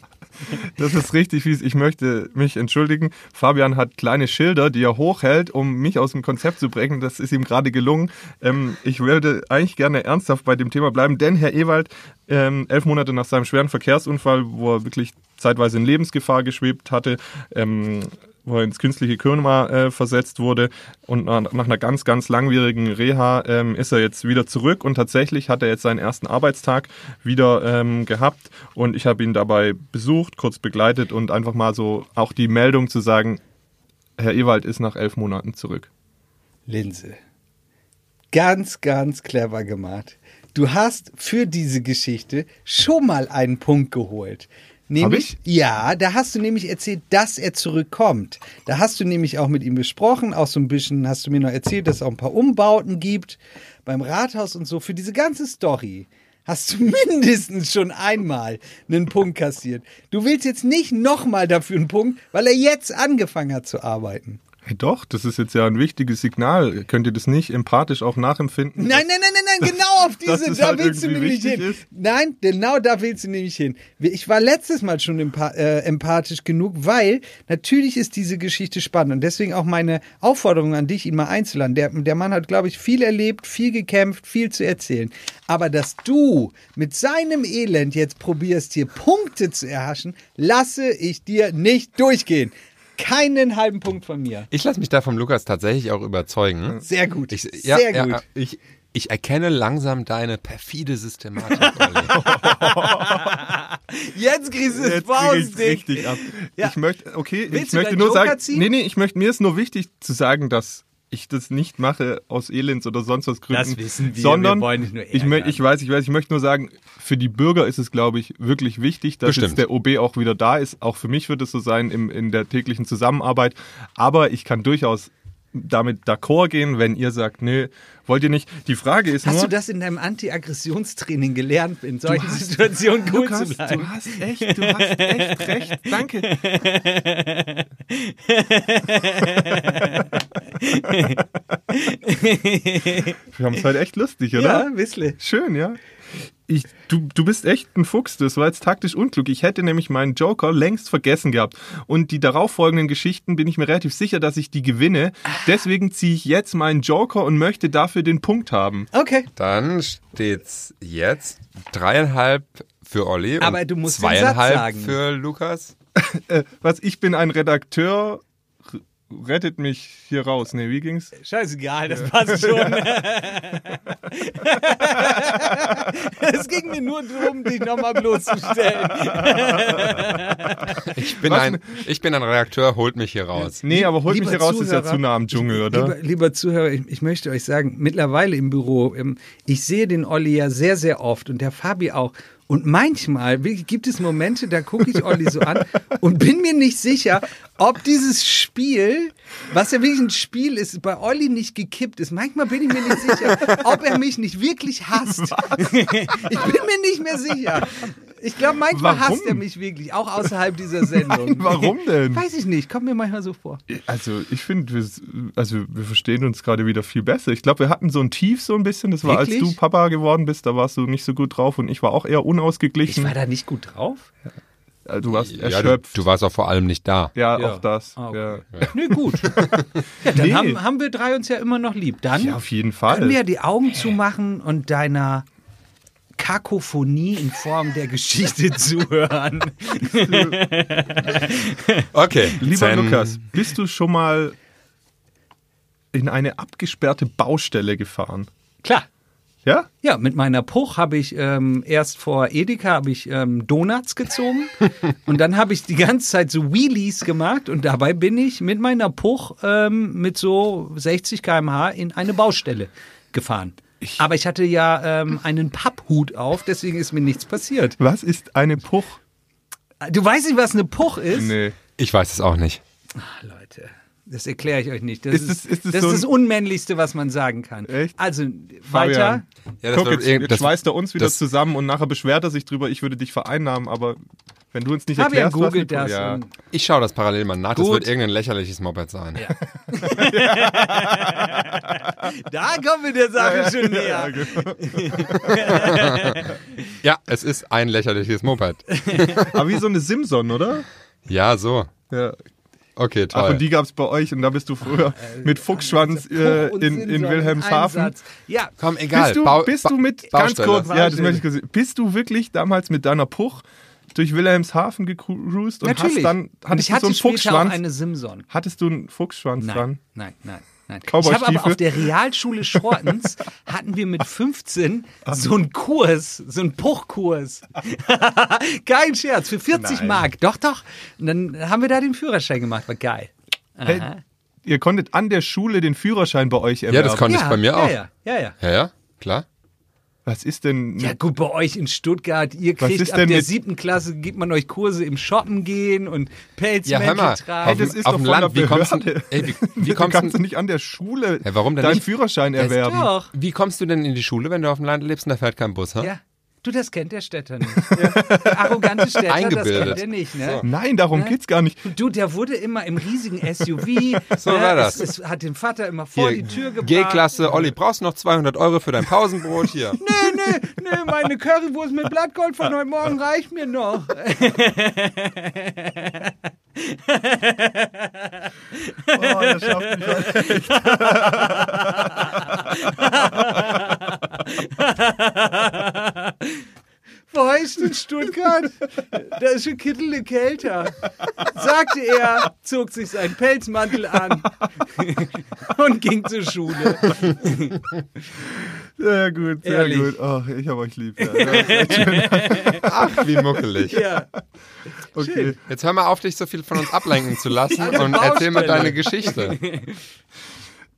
[SPEAKER 2] das ist richtig fies. Ich möchte mich entschuldigen. Fabian hat kleine Schilder, die er hochhält, um mich aus dem Konzept zu bringen. Das ist ihm gerade gelungen. Ähm, ich würde eigentlich gerne ernsthaft bei dem Thema bleiben, denn Herr Ewald, ähm, elf Monate nach seinem schweren Verkehrsunfall, wo er wirklich zeitweise in Lebensgefahr geschwebt hatte, ähm, wo er ins künstliche Koma äh, versetzt wurde und nach, nach einer ganz, ganz langwierigen Reha ähm, ist er jetzt wieder zurück und tatsächlich hat er jetzt seinen ersten Arbeitstag wieder ähm, gehabt und ich habe ihn dabei besucht, kurz begleitet und einfach mal so auch die Meldung zu sagen, Herr Ewald ist nach elf Monaten zurück.
[SPEAKER 1] Linse. Ganz, ganz clever gemacht. Du hast für diese Geschichte schon mal einen Punkt geholt. Nämlich,
[SPEAKER 2] Hab
[SPEAKER 1] Ja, da hast du nämlich erzählt, dass er zurückkommt. Da hast du nämlich auch mit ihm besprochen, auch so ein bisschen hast du mir noch erzählt, dass es auch ein paar Umbauten gibt beim Rathaus und so. Für diese ganze Story hast du [laughs] mindestens schon einmal einen Punkt kassiert. Du willst jetzt nicht nochmal dafür einen Punkt, weil er jetzt angefangen hat zu arbeiten.
[SPEAKER 2] Hey, doch, das ist jetzt ja ein wichtiges Signal. Könnt ihr das nicht empathisch auch nachempfinden?
[SPEAKER 1] Nein, nein, nein, nein, nein, genau auf
[SPEAKER 2] [laughs] Dass
[SPEAKER 1] diese,
[SPEAKER 2] es
[SPEAKER 1] da
[SPEAKER 2] halt
[SPEAKER 1] willst du
[SPEAKER 2] irgendwie
[SPEAKER 1] nämlich hin.
[SPEAKER 2] wichtig ist.
[SPEAKER 1] Nein, genau da willst du nämlich hin. Ich war letztes Mal schon empa äh, empathisch genug, weil natürlich ist diese Geschichte spannend und deswegen auch meine Aufforderung an dich, ihn mal einzuladen. Der, der Mann hat, glaube ich, viel erlebt, viel gekämpft, viel zu erzählen. Aber dass du mit seinem Elend jetzt probierst, hier Punkte zu erhaschen, lasse ich dir nicht durchgehen. Keinen halben Punkt von mir.
[SPEAKER 3] Ich lasse mich da vom Lukas tatsächlich auch überzeugen.
[SPEAKER 1] Sehr gut.
[SPEAKER 3] Ich,
[SPEAKER 1] Sehr gut.
[SPEAKER 3] ich, ich erkenne langsam deine perfide Systematik. [laughs] Olli.
[SPEAKER 1] Jetzt kriegst du es
[SPEAKER 2] Jetzt krieg ich's richtig ab.
[SPEAKER 1] Ja.
[SPEAKER 2] Ich möchte, okay,
[SPEAKER 1] Willst
[SPEAKER 2] ich
[SPEAKER 1] du
[SPEAKER 2] möchte
[SPEAKER 1] deinen
[SPEAKER 2] nur
[SPEAKER 1] Joker
[SPEAKER 2] sagen,
[SPEAKER 1] ziehen?
[SPEAKER 2] nee, nee, ich möchte, mir ist nur wichtig zu sagen, dass ich das nicht mache aus Elends oder sonst was Gründen.
[SPEAKER 1] Das wissen wir, wir
[SPEAKER 2] sondern
[SPEAKER 1] wollen dich nur
[SPEAKER 2] ich, mö-
[SPEAKER 1] ärgern.
[SPEAKER 2] ich weiß, ich weiß, ich möchte nur sagen, für die Bürger ist es, glaube ich, wirklich wichtig, dass
[SPEAKER 3] Bestimmt.
[SPEAKER 2] jetzt der OB auch wieder da ist. Auch für mich wird es so sein im, in der täglichen Zusammenarbeit. Aber ich kann durchaus damit d'accord gehen, wenn ihr sagt, nee, wollt ihr nicht. Die Frage ist
[SPEAKER 1] Hast
[SPEAKER 2] nur,
[SPEAKER 1] du das in deinem Anti-Aggressionstraining gelernt, in solchen Situationen cool zu
[SPEAKER 2] Lukas,
[SPEAKER 1] bleiben?
[SPEAKER 2] du hast echt, du hast echt recht. Danke. Wir haben es heute echt lustig, oder?
[SPEAKER 1] ja, Wissle.
[SPEAKER 2] Schön, ja. Ich, du, du bist echt ein Fuchs, das war jetzt taktisch unklug. Ich hätte nämlich meinen Joker längst vergessen gehabt. Und die darauffolgenden Geschichten bin ich mir relativ sicher, dass ich die gewinne. Deswegen ziehe ich jetzt meinen Joker und möchte dafür den Punkt haben.
[SPEAKER 1] Okay,
[SPEAKER 3] Dann steht's jetzt dreieinhalb für Olli
[SPEAKER 1] Aber
[SPEAKER 3] und
[SPEAKER 1] du musst den Satz
[SPEAKER 3] zweieinhalb
[SPEAKER 1] sagen.
[SPEAKER 3] für Lukas.
[SPEAKER 2] Äh, was, ich bin ein Redakteur. R- Rettet mich hier raus. Nee, wie ging's?
[SPEAKER 1] scheißegal, das passt
[SPEAKER 2] [laughs]
[SPEAKER 1] schon. [laughs] es ging mir nur darum, dich nochmal bloßzustellen.
[SPEAKER 3] Ich bin, ein, ich bin ein Redakteur, holt mich hier raus.
[SPEAKER 2] Nee, aber holt mich
[SPEAKER 1] Lieber
[SPEAKER 2] hier raus, ist ja
[SPEAKER 1] Zuhörer,
[SPEAKER 2] zu nah am Dschungel, oder?
[SPEAKER 1] Lieber, lieber Zuhörer, ich, ich möchte euch sagen, mittlerweile im Büro, ähm, ich sehe den Olli ja sehr, sehr oft und der Fabi auch. Und manchmal wirklich gibt es Momente, da gucke ich Olli so
[SPEAKER 2] [laughs]
[SPEAKER 1] an und bin mir nicht sicher, ob dieses Spiel, was ja wirklich ein Spiel ist, bei Olli nicht gekippt ist. Manchmal bin ich mir nicht sicher, ob er mich nicht wirklich hasst. ich bin mir nicht mehr sicher. Ich glaube, manchmal
[SPEAKER 2] Warum?
[SPEAKER 1] hasst er mich wirklich, auch außerhalb dieser Sendung.
[SPEAKER 2] [laughs] Nein, warum denn?
[SPEAKER 1] Weiß ich nicht, kommt mir manchmal so vor.
[SPEAKER 2] Also, ich finde, wir, s- also, wir verstehen uns gerade wieder viel besser. Ich glaube, wir hatten so ein Tief so ein bisschen. Das war, als
[SPEAKER 1] Wirklich?
[SPEAKER 2] du Papa geworden bist, da warst du nicht so gut drauf und ich war auch eher
[SPEAKER 1] Ich
[SPEAKER 2] unausgeglichen.
[SPEAKER 1] war da nicht gut drauf.
[SPEAKER 2] Äh, du warst
[SPEAKER 3] Ja, du,
[SPEAKER 2] erschöpft.
[SPEAKER 3] du warst auch vor allem nicht da.
[SPEAKER 2] ja,
[SPEAKER 1] Ja.
[SPEAKER 2] auch das.
[SPEAKER 1] Ah,
[SPEAKER 2] ja.
[SPEAKER 1] okay. Nö, gut. [laughs] Ja, dann
[SPEAKER 2] Nee.
[SPEAKER 1] haben, haben wir drei uns ja immer noch lieb. Dann
[SPEAKER 2] ja, auf jeden Fall.
[SPEAKER 1] können wir ja die Augen zumachen und deiner Kakophonie in Form der
[SPEAKER 2] [laughs]
[SPEAKER 1] Geschichte zuhören.
[SPEAKER 3] Okay,
[SPEAKER 2] Lieber
[SPEAKER 3] Zen.
[SPEAKER 2] Lukas, bist du schon mal in eine abgesperrte Baustelle gefahren?
[SPEAKER 1] Klar.
[SPEAKER 2] Ja?
[SPEAKER 1] Ja, mit meiner Puch habe ich ähm, erst vor Edeka habe ich ähm, Donuts gezogen
[SPEAKER 2] [laughs]
[SPEAKER 1] und dann habe ich die ganze Zeit so Wheelies gemacht und dabei bin ich mit meiner Puch ähm, mit so 60 km/h in eine Baustelle gefahren. Aber ich hatte ja ähm, einen Papphut auf, deswegen ist mir nichts passiert.
[SPEAKER 2] Was ist eine Puch?
[SPEAKER 1] Du weißt nicht, was eine Puch ist?
[SPEAKER 2] Nee.
[SPEAKER 3] Ich weiß es auch nicht.
[SPEAKER 1] Leute, das erkläre ich euch nicht. Das ist, das,
[SPEAKER 2] Ist es-
[SPEAKER 1] ist
[SPEAKER 2] ist
[SPEAKER 1] das,
[SPEAKER 2] es so ein-
[SPEAKER 1] Unmännlichste, was man sagen kann.
[SPEAKER 2] Echt?
[SPEAKER 1] Also, weiter.
[SPEAKER 2] Fabian.
[SPEAKER 3] Ja, das
[SPEAKER 2] Guck,
[SPEAKER 3] war
[SPEAKER 2] jetzt,
[SPEAKER 3] irgend-
[SPEAKER 2] jetzt
[SPEAKER 3] das-
[SPEAKER 2] schmeißt er uns wieder
[SPEAKER 3] das-
[SPEAKER 2] zusammen und nachher beschwert er sich drüber, ich würde dich vereinnahmen, aber wenn du uns nicht
[SPEAKER 1] Fabian
[SPEAKER 2] erklärst, was
[SPEAKER 1] googelt
[SPEAKER 2] eine-
[SPEAKER 1] das.
[SPEAKER 2] Ja. [laughs]
[SPEAKER 1] Und
[SPEAKER 3] Ich schaue das parallel mal nach. Das
[SPEAKER 1] Gut.
[SPEAKER 3] wird irgendein lächerliches Moped sein.
[SPEAKER 1] da kommen wir der Sache schon näher.
[SPEAKER 2] genau.
[SPEAKER 3] Ja, es ist ein lächerliches Moped.
[SPEAKER 2] Aber wie so eine Simson, oder?
[SPEAKER 3] Ja, so.
[SPEAKER 2] Ja.
[SPEAKER 3] Okay,
[SPEAKER 2] Ach,
[SPEAKER 3] toll.
[SPEAKER 2] und die gab es bei euch und da bist
[SPEAKER 1] [laughs]
[SPEAKER 2] du früher mit Fuchsschwanz äh,
[SPEAKER 1] also Puch und
[SPEAKER 2] in, in
[SPEAKER 1] Simson,
[SPEAKER 2] Wilhelmshaven.
[SPEAKER 1] Einsatz. Ja,
[SPEAKER 3] Komm, egal.
[SPEAKER 2] Bist du,
[SPEAKER 3] Bau-
[SPEAKER 2] bist du mit,
[SPEAKER 3] Ba-
[SPEAKER 2] ganz
[SPEAKER 3] Baustelle.
[SPEAKER 2] kurz, ja, das
[SPEAKER 1] Baustelle.
[SPEAKER 2] möchte ich kurz sehen. Bist du wirklich damals mit deiner Puch durch Wilhelmshaven gecruised und
[SPEAKER 1] natürlich.
[SPEAKER 2] hast dann,
[SPEAKER 1] und
[SPEAKER 2] hattest
[SPEAKER 1] ich hatte
[SPEAKER 2] du so einen
[SPEAKER 1] später auch
[SPEAKER 2] Fuchsschwanz?
[SPEAKER 1] eine Simson.
[SPEAKER 2] Hattest du einen Fuchsschwanz
[SPEAKER 1] Nein,
[SPEAKER 2] dran?
[SPEAKER 1] nein, nein. Nein. Ich
[SPEAKER 2] Cowboy-Stiefel?
[SPEAKER 1] habe aber auf der Realschule Schortens hatten wir mit 15 so einen Kurs, so einen Puchkurs. [laughs] Kein Scherz, für 40
[SPEAKER 2] Nein.
[SPEAKER 1] Mark. Doch, doch. Und dann haben wir da den Führerschein gemacht. War geil.
[SPEAKER 2] Hey, ihr konntet an der Schule den Führerschein bei euch erwerben.
[SPEAKER 3] ja, das konnte ich bei mir
[SPEAKER 1] ja,
[SPEAKER 3] auch.
[SPEAKER 1] Ja, ja, ja.
[SPEAKER 3] ja, ja, klar.
[SPEAKER 2] Was ist denn. [laughs]
[SPEAKER 1] Ja gut, bei euch in Stuttgart, ihr
[SPEAKER 2] Was
[SPEAKER 1] kriegt
[SPEAKER 2] ist
[SPEAKER 1] ab
[SPEAKER 2] denn
[SPEAKER 1] der
[SPEAKER 2] mit-
[SPEAKER 1] siebten Klasse, gibt man euch Kurse im Shoppen gehen und
[SPEAKER 3] Ja,
[SPEAKER 1] Pelzmäntel
[SPEAKER 3] hör mal, auf,
[SPEAKER 1] tragen.
[SPEAKER 2] das
[SPEAKER 3] dem-
[SPEAKER 2] ist
[SPEAKER 3] auf
[SPEAKER 2] doch
[SPEAKER 3] dem
[SPEAKER 2] von
[SPEAKER 3] Land,
[SPEAKER 2] der
[SPEAKER 3] wie kommst,
[SPEAKER 2] Behörde.
[SPEAKER 3] du-
[SPEAKER 2] [laughs]
[SPEAKER 3] ey, wie, wie
[SPEAKER 2] Wie
[SPEAKER 3] kommst
[SPEAKER 2] kannst du
[SPEAKER 3] du
[SPEAKER 2] nicht an der Schule
[SPEAKER 3] Hä, warum denn
[SPEAKER 2] deinen
[SPEAKER 3] nicht?
[SPEAKER 2] Führerschein
[SPEAKER 3] ist
[SPEAKER 2] erwerben?
[SPEAKER 1] Doch,
[SPEAKER 3] Wie kommst du denn in die Schule, wenn du auf dem Land lebst und da fährt kein Bus, ha?
[SPEAKER 1] ja. Du, das kennt der Städter nicht. Der arrogante Städter, das
[SPEAKER 3] Eingebildet.
[SPEAKER 1] kennt er nicht. Ne?
[SPEAKER 2] Nein, darum geht's gar nicht.
[SPEAKER 1] Du, der wurde immer im riesigen
[SPEAKER 2] [laughs]
[SPEAKER 1] SUV.
[SPEAKER 3] So
[SPEAKER 1] ne?
[SPEAKER 3] war das.
[SPEAKER 1] Es, es hat den Vater immer vor die Tür gebracht.
[SPEAKER 3] G-Klasse, Olli, brauchst du noch 200 Euro für dein Pausenbrot
[SPEAKER 1] [laughs]
[SPEAKER 3] hier?
[SPEAKER 1] Nee, nee, nee, meine Currywurst mit Blattgold von heute
[SPEAKER 2] [laughs]
[SPEAKER 1] Morgen reicht mir noch.
[SPEAKER 2] Oh, das schafft mich
[SPEAKER 1] Wo heißt in Stuttgart? Da ist schon Kittel kälter. Sagte er, zog sich seinen Pelzmantel
[SPEAKER 2] [laughs]
[SPEAKER 1] an und ging zur Schule.
[SPEAKER 2] [laughs] Sehr gut, sehr
[SPEAKER 1] Ehrlich.
[SPEAKER 2] gut. Ach, ich habe euch lieb. [laughs] Ja.
[SPEAKER 3] Ach, wie muckelig.
[SPEAKER 1] Ja,
[SPEAKER 2] Okay.
[SPEAKER 3] Jetzt hör mal auf, dich so viel von uns ablenken zu
[SPEAKER 1] [laughs]
[SPEAKER 3] lassen
[SPEAKER 1] Eine
[SPEAKER 3] und erzähl mal
[SPEAKER 1] Baustelle.
[SPEAKER 3] deine Geschichte.
[SPEAKER 1] [laughs]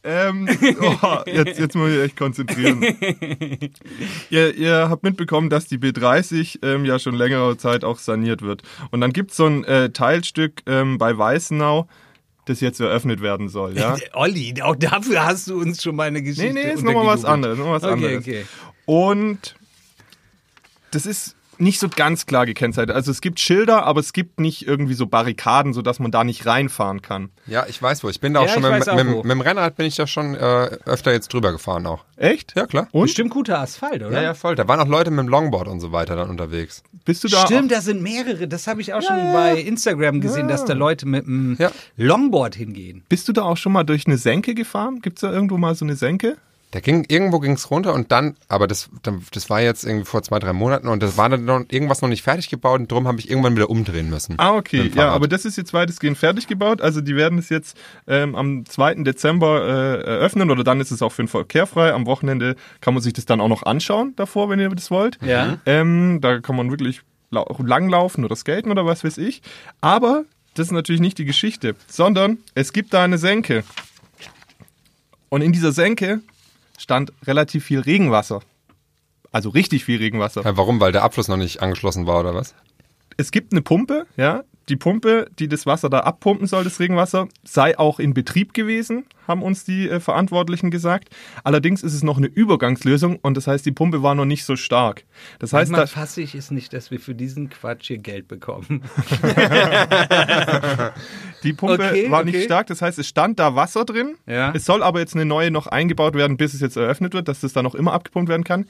[SPEAKER 2] Ähm, oh, jetzt, jetzt muss ich echt [laughs] konzentrieren. ihr, ihr habt mitbekommen, dass die B30 ähm, ja schon längere Zeit auch saniert wird. Und dann gibt's so ein äh, Teilstück ähm, bei Weißenau, das jetzt eröffnet werden soll. [laughs] Ja?
[SPEAKER 1] Olli, auch dafür hast du uns schon mal eine Geschichte
[SPEAKER 2] Nee, nee, ist nochmal was
[SPEAKER 1] untergejubelt.
[SPEAKER 2] anderes. Noch mal was
[SPEAKER 1] Okay,
[SPEAKER 2] anderes.
[SPEAKER 1] okay.
[SPEAKER 2] Und das ist nicht so ganz klar gekennzeichnet. Also es gibt Schilder, aber es gibt nicht irgendwie so Barrikaden, sodass man da nicht reinfahren kann.
[SPEAKER 3] Ja, ich weiß wo. Ich bin da auch
[SPEAKER 1] Ja,
[SPEAKER 3] schon
[SPEAKER 1] ich
[SPEAKER 3] mit,
[SPEAKER 1] weiß auch
[SPEAKER 3] mit,
[SPEAKER 1] wo.
[SPEAKER 3] mit dem Rennrad bin ich da schon äh, öfter jetzt drüber gefahren auch.
[SPEAKER 2] Echt?
[SPEAKER 3] Ja, klar.
[SPEAKER 2] Und?
[SPEAKER 1] Bestimmt guter Asphalt, oder?
[SPEAKER 3] Ja, ja, voll. Da waren auch Leute mit dem Longboard und so weiter dann unterwegs.
[SPEAKER 2] Bist du da?
[SPEAKER 1] Stimmt, da sind mehrere. Das habe ich auch schon bei Instagram gesehen, dass da Leute mit einem
[SPEAKER 3] Ja.
[SPEAKER 1] Longboard hingehen.
[SPEAKER 2] Bist du da auch schon mal durch eine Senke gefahren? Gibt es da irgendwo mal so eine Senke?
[SPEAKER 3] Da ging, irgendwo ging's runter und dann, aber das, dann- das war jetzt irgendwie vor zwei, drei Monaten und das war dann noch, irgendwas noch nicht fertig gebaut und drum habe ich irgendwann wieder umdrehen müssen.
[SPEAKER 2] Ah, okay.
[SPEAKER 3] Mit dem
[SPEAKER 2] Ja,
[SPEAKER 3] Fahrrad.
[SPEAKER 2] aber das ist jetzt weitestgehend fertig gebaut. Also die werden es jetzt ähm, am 2. Dezember äh, eröffnen oder dann ist es auch für den Verkehr frei. Am Wochenende kann man sich das dann auch noch anschauen davor, wenn ihr das wollt.
[SPEAKER 3] Mhm.
[SPEAKER 1] Ja.
[SPEAKER 2] Ähm, da kann man wirklich lau- langlaufen oder skaten oder was weiß ich. Aber das ist natürlich nicht die Geschichte, sondern es gibt da eine Senke. Und in dieser Senke stand relativ viel Regenwasser. Also richtig viel Regenwasser.
[SPEAKER 3] Ja, warum? Weil der Abfluss noch nicht angeschlossen war oder was?
[SPEAKER 2] es gibt eine Pumpe, ja. Die Pumpe, die das Wasser da abpumpen soll, das Regenwasser, sei auch in Betrieb gewesen, haben uns die äh, Verantwortlichen gesagt. Allerdings ist es noch eine Übergangslösung und das heißt, die Pumpe war noch nicht so stark. Das heißt,
[SPEAKER 1] Manchmal
[SPEAKER 2] da,
[SPEAKER 1] fasse ich es nicht, dass wir für diesen Quatsch hier Geld
[SPEAKER 2] [laughs]
[SPEAKER 1] bekommen.
[SPEAKER 2] die Pumpe
[SPEAKER 1] Okay,
[SPEAKER 2] war
[SPEAKER 1] okay.
[SPEAKER 2] nicht stark, das heißt, es stand da Wasser drin.
[SPEAKER 1] Ja.
[SPEAKER 2] Es soll aber jetzt eine neue noch eingebaut werden, bis es jetzt eröffnet wird, dass das da noch immer abgepumpt werden kann.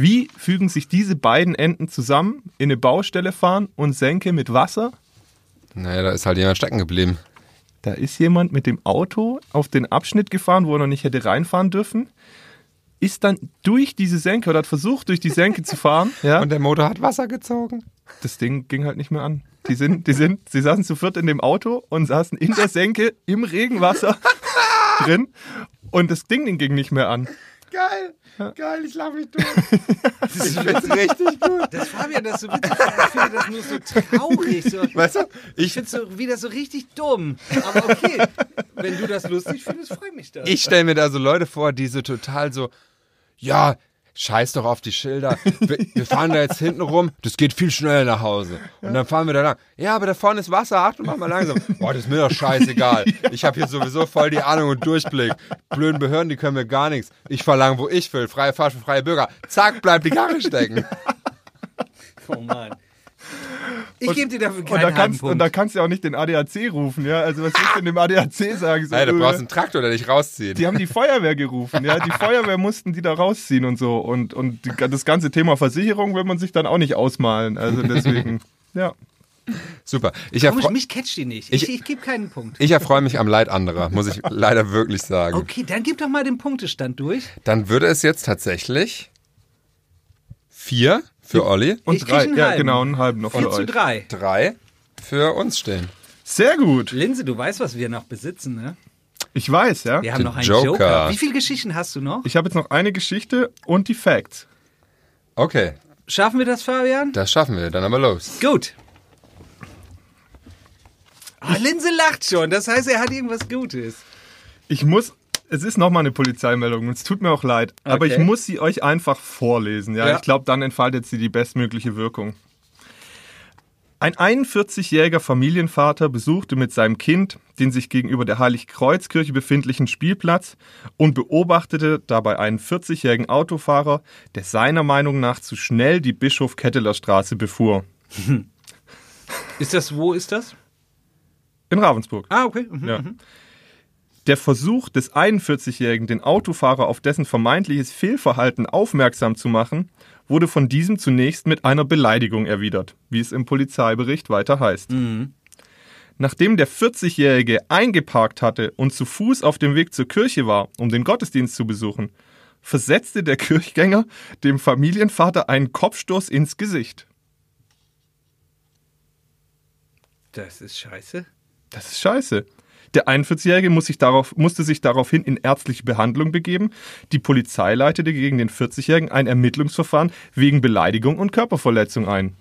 [SPEAKER 2] Wie fügen sich diese beiden Enden zusammen? In eine Baustelle fahren und Senke mit Wasser?
[SPEAKER 3] Naja, da ist halt jemand stecken geblieben.
[SPEAKER 2] Da ist jemand mit dem Auto auf den Abschnitt gefahren, wo er noch nicht hätte reinfahren dürfen, ist dann durch diese Senke oder hat versucht, durch die Senke zu fahren. Ja,
[SPEAKER 3] Und
[SPEAKER 2] und
[SPEAKER 3] der Motor hat Wasser gezogen.
[SPEAKER 2] das Ding ging halt nicht mehr an. Die sind, die sind, sie saßen zu viert in dem Auto und saßen in der Senke im Regenwasser drin und das Ding ging nicht mehr an.
[SPEAKER 3] Geil, geil, ich lache mich durch. ich find's richtig gut.
[SPEAKER 1] Das Fabian, das ist so witzig. Ich finde das nur so traurig. So.
[SPEAKER 3] Weißt du,
[SPEAKER 1] Ich finde es so, wieder so richtig dumm. Aber okay, wenn du das lustig findest, freue mich das.
[SPEAKER 3] Ich stelle mir da so Leute vor, die so total so, ja, scheiß doch auf die Schilder. Wir,
[SPEAKER 1] [laughs]
[SPEAKER 3] wir fahren da jetzt hinten rum, das geht viel schneller nach Hause. Und dann fahren wir da lang. Ja, aber da vorne ist Wasser, Achtung, mach mal langsam. Boah, das ist mir doch
[SPEAKER 1] [laughs]
[SPEAKER 3] scheißegal. Ich habe hier sowieso voll die Ahnung und Durchblick. Blöden Behörden, die können mir gar nichts. Ich verlange, wo ich will. Freie Fahrt für freie Bürger. Zack, bleibt die
[SPEAKER 1] [laughs]
[SPEAKER 3] Karre stecken.
[SPEAKER 1] oh Mann. Ich gebe dir dafür
[SPEAKER 2] Und da,
[SPEAKER 1] keinen
[SPEAKER 2] kannst, und
[SPEAKER 1] Handpunkt.
[SPEAKER 2] da kannst du ja auch nicht den ADAC rufen, ja. Also was willst du denn dem ADAC sagen? So,
[SPEAKER 3] Ey, da
[SPEAKER 2] äh,
[SPEAKER 3] brauchst du einen Traktor, der dich rauszieht.
[SPEAKER 2] die haben die Feuerwehr gerufen, ja. Die Feuerwehr mussten die da rausziehen und so. Und, und die, das ganze Thema Versicherung will man sich dann auch nicht ausmalen.
[SPEAKER 1] [laughs]
[SPEAKER 2] Also deswegen, ja.
[SPEAKER 3] Super. Ich
[SPEAKER 1] Komisch,
[SPEAKER 3] erfreue
[SPEAKER 1] mich catcht die nicht. Ich,
[SPEAKER 3] Ich-
[SPEAKER 1] ich, gebe keinen Punkt.
[SPEAKER 3] ich erfreu mich am Leid anderer,
[SPEAKER 1] [laughs]
[SPEAKER 3] muss ich leider wirklich sagen.
[SPEAKER 1] Okay, dann gib doch mal den Punktestand durch.
[SPEAKER 3] Dann würde es jetzt tatsächlich vier
[SPEAKER 1] Hm.
[SPEAKER 3] für Olli,
[SPEAKER 2] Und
[SPEAKER 1] Ich krieg
[SPEAKER 2] drei,
[SPEAKER 1] einen
[SPEAKER 2] ja
[SPEAKER 1] halben.
[SPEAKER 2] genau, einen halben noch
[SPEAKER 1] 4
[SPEAKER 2] von
[SPEAKER 1] zu
[SPEAKER 2] euch.
[SPEAKER 1] 3.
[SPEAKER 3] drei für uns stehen.
[SPEAKER 2] Sehr gut.
[SPEAKER 1] Linse, du weißt, was wir noch besitzen, ne?
[SPEAKER 2] Ich weiß, ja.
[SPEAKER 1] Wir haben
[SPEAKER 3] Den
[SPEAKER 1] noch einen
[SPEAKER 3] Joker.
[SPEAKER 1] Joker. Wie viele Geschichten hast du noch?
[SPEAKER 2] Ich habe jetzt noch eine Geschichte und die Facts.
[SPEAKER 3] Okay,
[SPEAKER 1] Schaffen wir das, Fabian?
[SPEAKER 3] das schaffen wir. Dann aber los.
[SPEAKER 1] Gut. Ah, Linse lacht schon, das heißt, er hat irgendwas Gutes.
[SPEAKER 2] Ich muss Es ist nochmal eine Polizeimeldung und es tut mir auch leid, aber
[SPEAKER 1] Okay.
[SPEAKER 2] ich muss sie euch einfach vorlesen. Ja,
[SPEAKER 1] Ja.
[SPEAKER 2] ich glaube, dann entfaltet sie die bestmögliche Wirkung. Ein 41-jähriger Familienvater besuchte mit seinem Kind den sich gegenüber der Heiligkreuzkirche befindlichen Spielplatz und beobachtete dabei einen 40-jährigen Autofahrer, der seiner Meinung nach zu schnell die Bischof-Ketteler Straße befuhr.
[SPEAKER 1] Ist das, wo ist das?
[SPEAKER 2] In Ravensburg.
[SPEAKER 1] Ah, okay. Mhm.
[SPEAKER 2] Ja. Der Versuch des 41-Jährigen, den Autofahrer auf dessen vermeintliches Fehlverhalten aufmerksam zu machen, wurde von diesem zunächst mit einer Beleidigung erwidert, wie es im Polizeibericht weiter heißt. Nachdem der 40-Jährige eingeparkt hatte und zu Fuß auf dem Weg zur Kirche war, um den Gottesdienst zu besuchen, versetzte der Kirchgänger dem Familienvater einen Kopfstoß ins Gesicht.
[SPEAKER 1] Das ist scheiße.
[SPEAKER 2] Das ist scheiße. Der 41-Jährige muss sich darauf, musste sich daraufhin in ärztliche Behandlung begeben. Die Polizei leitete gegen den 40-Jährigen ein Ermittlungsverfahren wegen Beleidigung und Körperverletzung ein.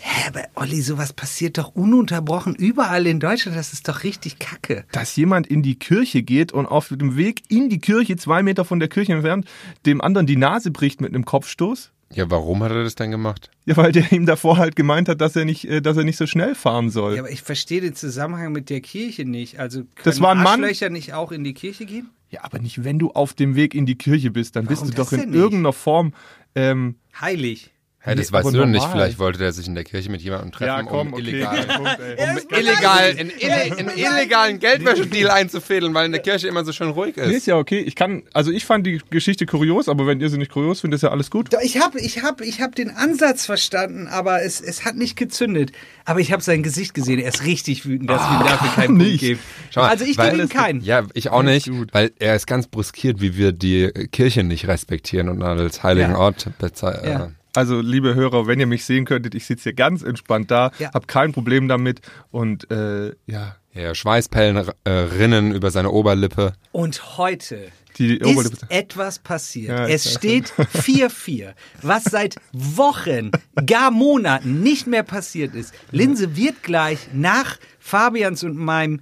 [SPEAKER 1] Hä, aber Olli, sowas passiert doch ununterbrochen überall in Deutschland. Das ist doch richtig kacke.
[SPEAKER 2] Dass jemand in die Kirche geht und auf dem Weg in die Kirche, zwei Meter von der Kirche entfernt, dem anderen die Nase bricht mit einem Kopfstoß?
[SPEAKER 3] Ja, warum hat er das dann gemacht?
[SPEAKER 2] Ja, weil der ihm davor halt gemeint hat, dass er nicht, äh, dass er nicht so schnell fahren soll.
[SPEAKER 1] Ja, aber ich verstehe den Zusammenhang mit der Kirche nicht. Also können
[SPEAKER 2] Das war ein Mann?
[SPEAKER 1] Arschlöcher nicht auch in die Kirche gehen?
[SPEAKER 2] Ja, aber nicht, wenn du auf dem Weg in die Kirche bist, dann
[SPEAKER 1] Warum
[SPEAKER 2] bist du
[SPEAKER 1] das
[SPEAKER 2] doch in
[SPEAKER 1] denn nicht?
[SPEAKER 2] irgendeiner Form ähm,
[SPEAKER 1] Heilig.
[SPEAKER 3] Hey, das
[SPEAKER 2] Nee,
[SPEAKER 3] weißt
[SPEAKER 2] aber
[SPEAKER 3] du doch nicht.
[SPEAKER 2] normal.
[SPEAKER 3] Vielleicht wollte der sich in der Kirche mit jemandem treffen, um [laughs] illegal, um illegal in, in illegalen Geldwäschedeal einzufädeln, weil in der Kirche immer so schön ruhig
[SPEAKER 2] Nee, ist
[SPEAKER 3] ist.
[SPEAKER 2] ja okay. Ich kann, also ich fand die Geschichte kurios, aber wenn ihr sie nicht kurios findet, ist ja alles gut.
[SPEAKER 1] Doch, ich habe ich hab, ich hab den Ansatz verstanden, aber es, es hat nicht gezündet. Aber ich habe sein Gesicht gesehen. Er ist richtig wütend, dass ich ihm dafür
[SPEAKER 3] [laughs]
[SPEAKER 1] keinen Punkt
[SPEAKER 2] nicht.
[SPEAKER 1] gebe.
[SPEAKER 3] Ah, Schau mal,
[SPEAKER 1] also ich
[SPEAKER 3] weil-
[SPEAKER 1] gebe ihm keinen.
[SPEAKER 3] Ja, ich auch nicht, weil er ist ganz bruskiert, wie wir die Kirche nicht respektieren und als heiligen
[SPEAKER 1] Ja.
[SPEAKER 3] Ort bezeichnen.
[SPEAKER 1] Ja.
[SPEAKER 3] Äh,
[SPEAKER 2] Also, liebe Hörer, wenn ihr mich sehen könntet, ich sitze hier ganz entspannt da,
[SPEAKER 1] Ja.
[SPEAKER 2] hab kein Problem damit und äh, ja,
[SPEAKER 3] Ja, Schweißperlen äh, rinnen über seine Oberlippe.
[SPEAKER 1] Und heute
[SPEAKER 2] Die Oberlippe-
[SPEAKER 1] ist etwas passiert.
[SPEAKER 2] Ja,
[SPEAKER 1] es
[SPEAKER 2] ich weiß.
[SPEAKER 1] steht 4-4, was seit Wochen, gar Monaten nicht mehr passiert ist. Linse wird gleich nach Fabians und meinem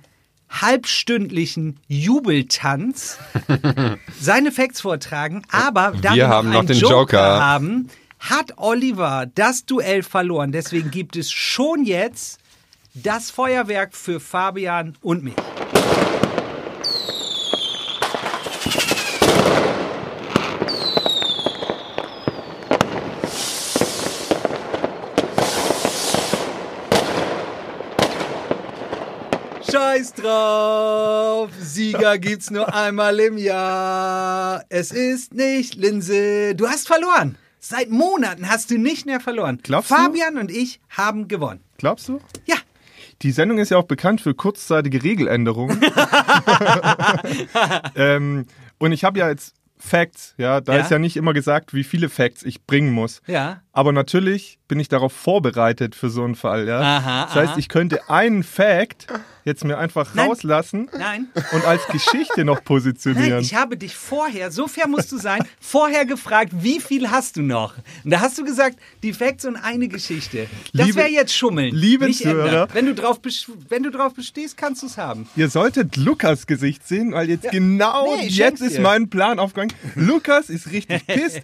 [SPEAKER 1] halbstündlichen Jubeltanz seine Facts vortragen, aber da wir,
[SPEAKER 3] haben noch
[SPEAKER 1] einen
[SPEAKER 3] den
[SPEAKER 1] Joker,
[SPEAKER 3] Joker.
[SPEAKER 1] haben, hat Oliver das Duell verloren. Deswegen gibt es schon jetzt das Feuerwerk für Fabian und mich. Scheiß drauf, Sieger gibt's nur einmal im Jahr. Es ist nicht Linse. Du hast verloren. Seit Monaten hast du nicht mehr verloren.
[SPEAKER 2] Glaubst du?
[SPEAKER 1] Fabian und ich haben gewonnen.
[SPEAKER 2] glaubst du?
[SPEAKER 1] Ja,
[SPEAKER 2] Die Sendung ist ja auch bekannt für
[SPEAKER 1] [laughs]
[SPEAKER 2] kurzzeitige Regeländerungen. ähm, und ich habe ja jetzt Facts, ja, da
[SPEAKER 1] Ja.
[SPEAKER 2] ist ja nicht immer gesagt, wie viele Facts ich bringen muss.
[SPEAKER 1] ja.
[SPEAKER 2] Aber natürlich bin ich darauf vorbereitet für so einen Fall, ja.
[SPEAKER 1] Aha,
[SPEAKER 2] das heißt, ich könnte einen Fact jetzt mir einfach
[SPEAKER 1] Nein.
[SPEAKER 2] rauslassen
[SPEAKER 1] Nein.
[SPEAKER 2] und als Geschichte noch
[SPEAKER 1] Nein,
[SPEAKER 2] positionieren.
[SPEAKER 1] ich habe dich vorher, so fair musst du
[SPEAKER 2] [laughs]
[SPEAKER 1] sein, vorher gefragt, wie viel hast du noch? Und da hast du gesagt, die Facts und eine Geschichte. Das
[SPEAKER 2] Liebe-
[SPEAKER 1] wäre jetzt Schummeln.
[SPEAKER 2] Liebe
[SPEAKER 1] nicht ändern.
[SPEAKER 2] Zuhörer.
[SPEAKER 1] Wenn du, drauf besch- wenn du drauf bestehst, kannst du es haben.
[SPEAKER 2] Ihr solltet Lukas Gesicht sehen, weil jetzt genau
[SPEAKER 1] Nee, ich schenk's
[SPEAKER 2] jetzt ist
[SPEAKER 1] dir.
[SPEAKER 2] mein Plan aufgegangen. Lukas ist richtig pisst,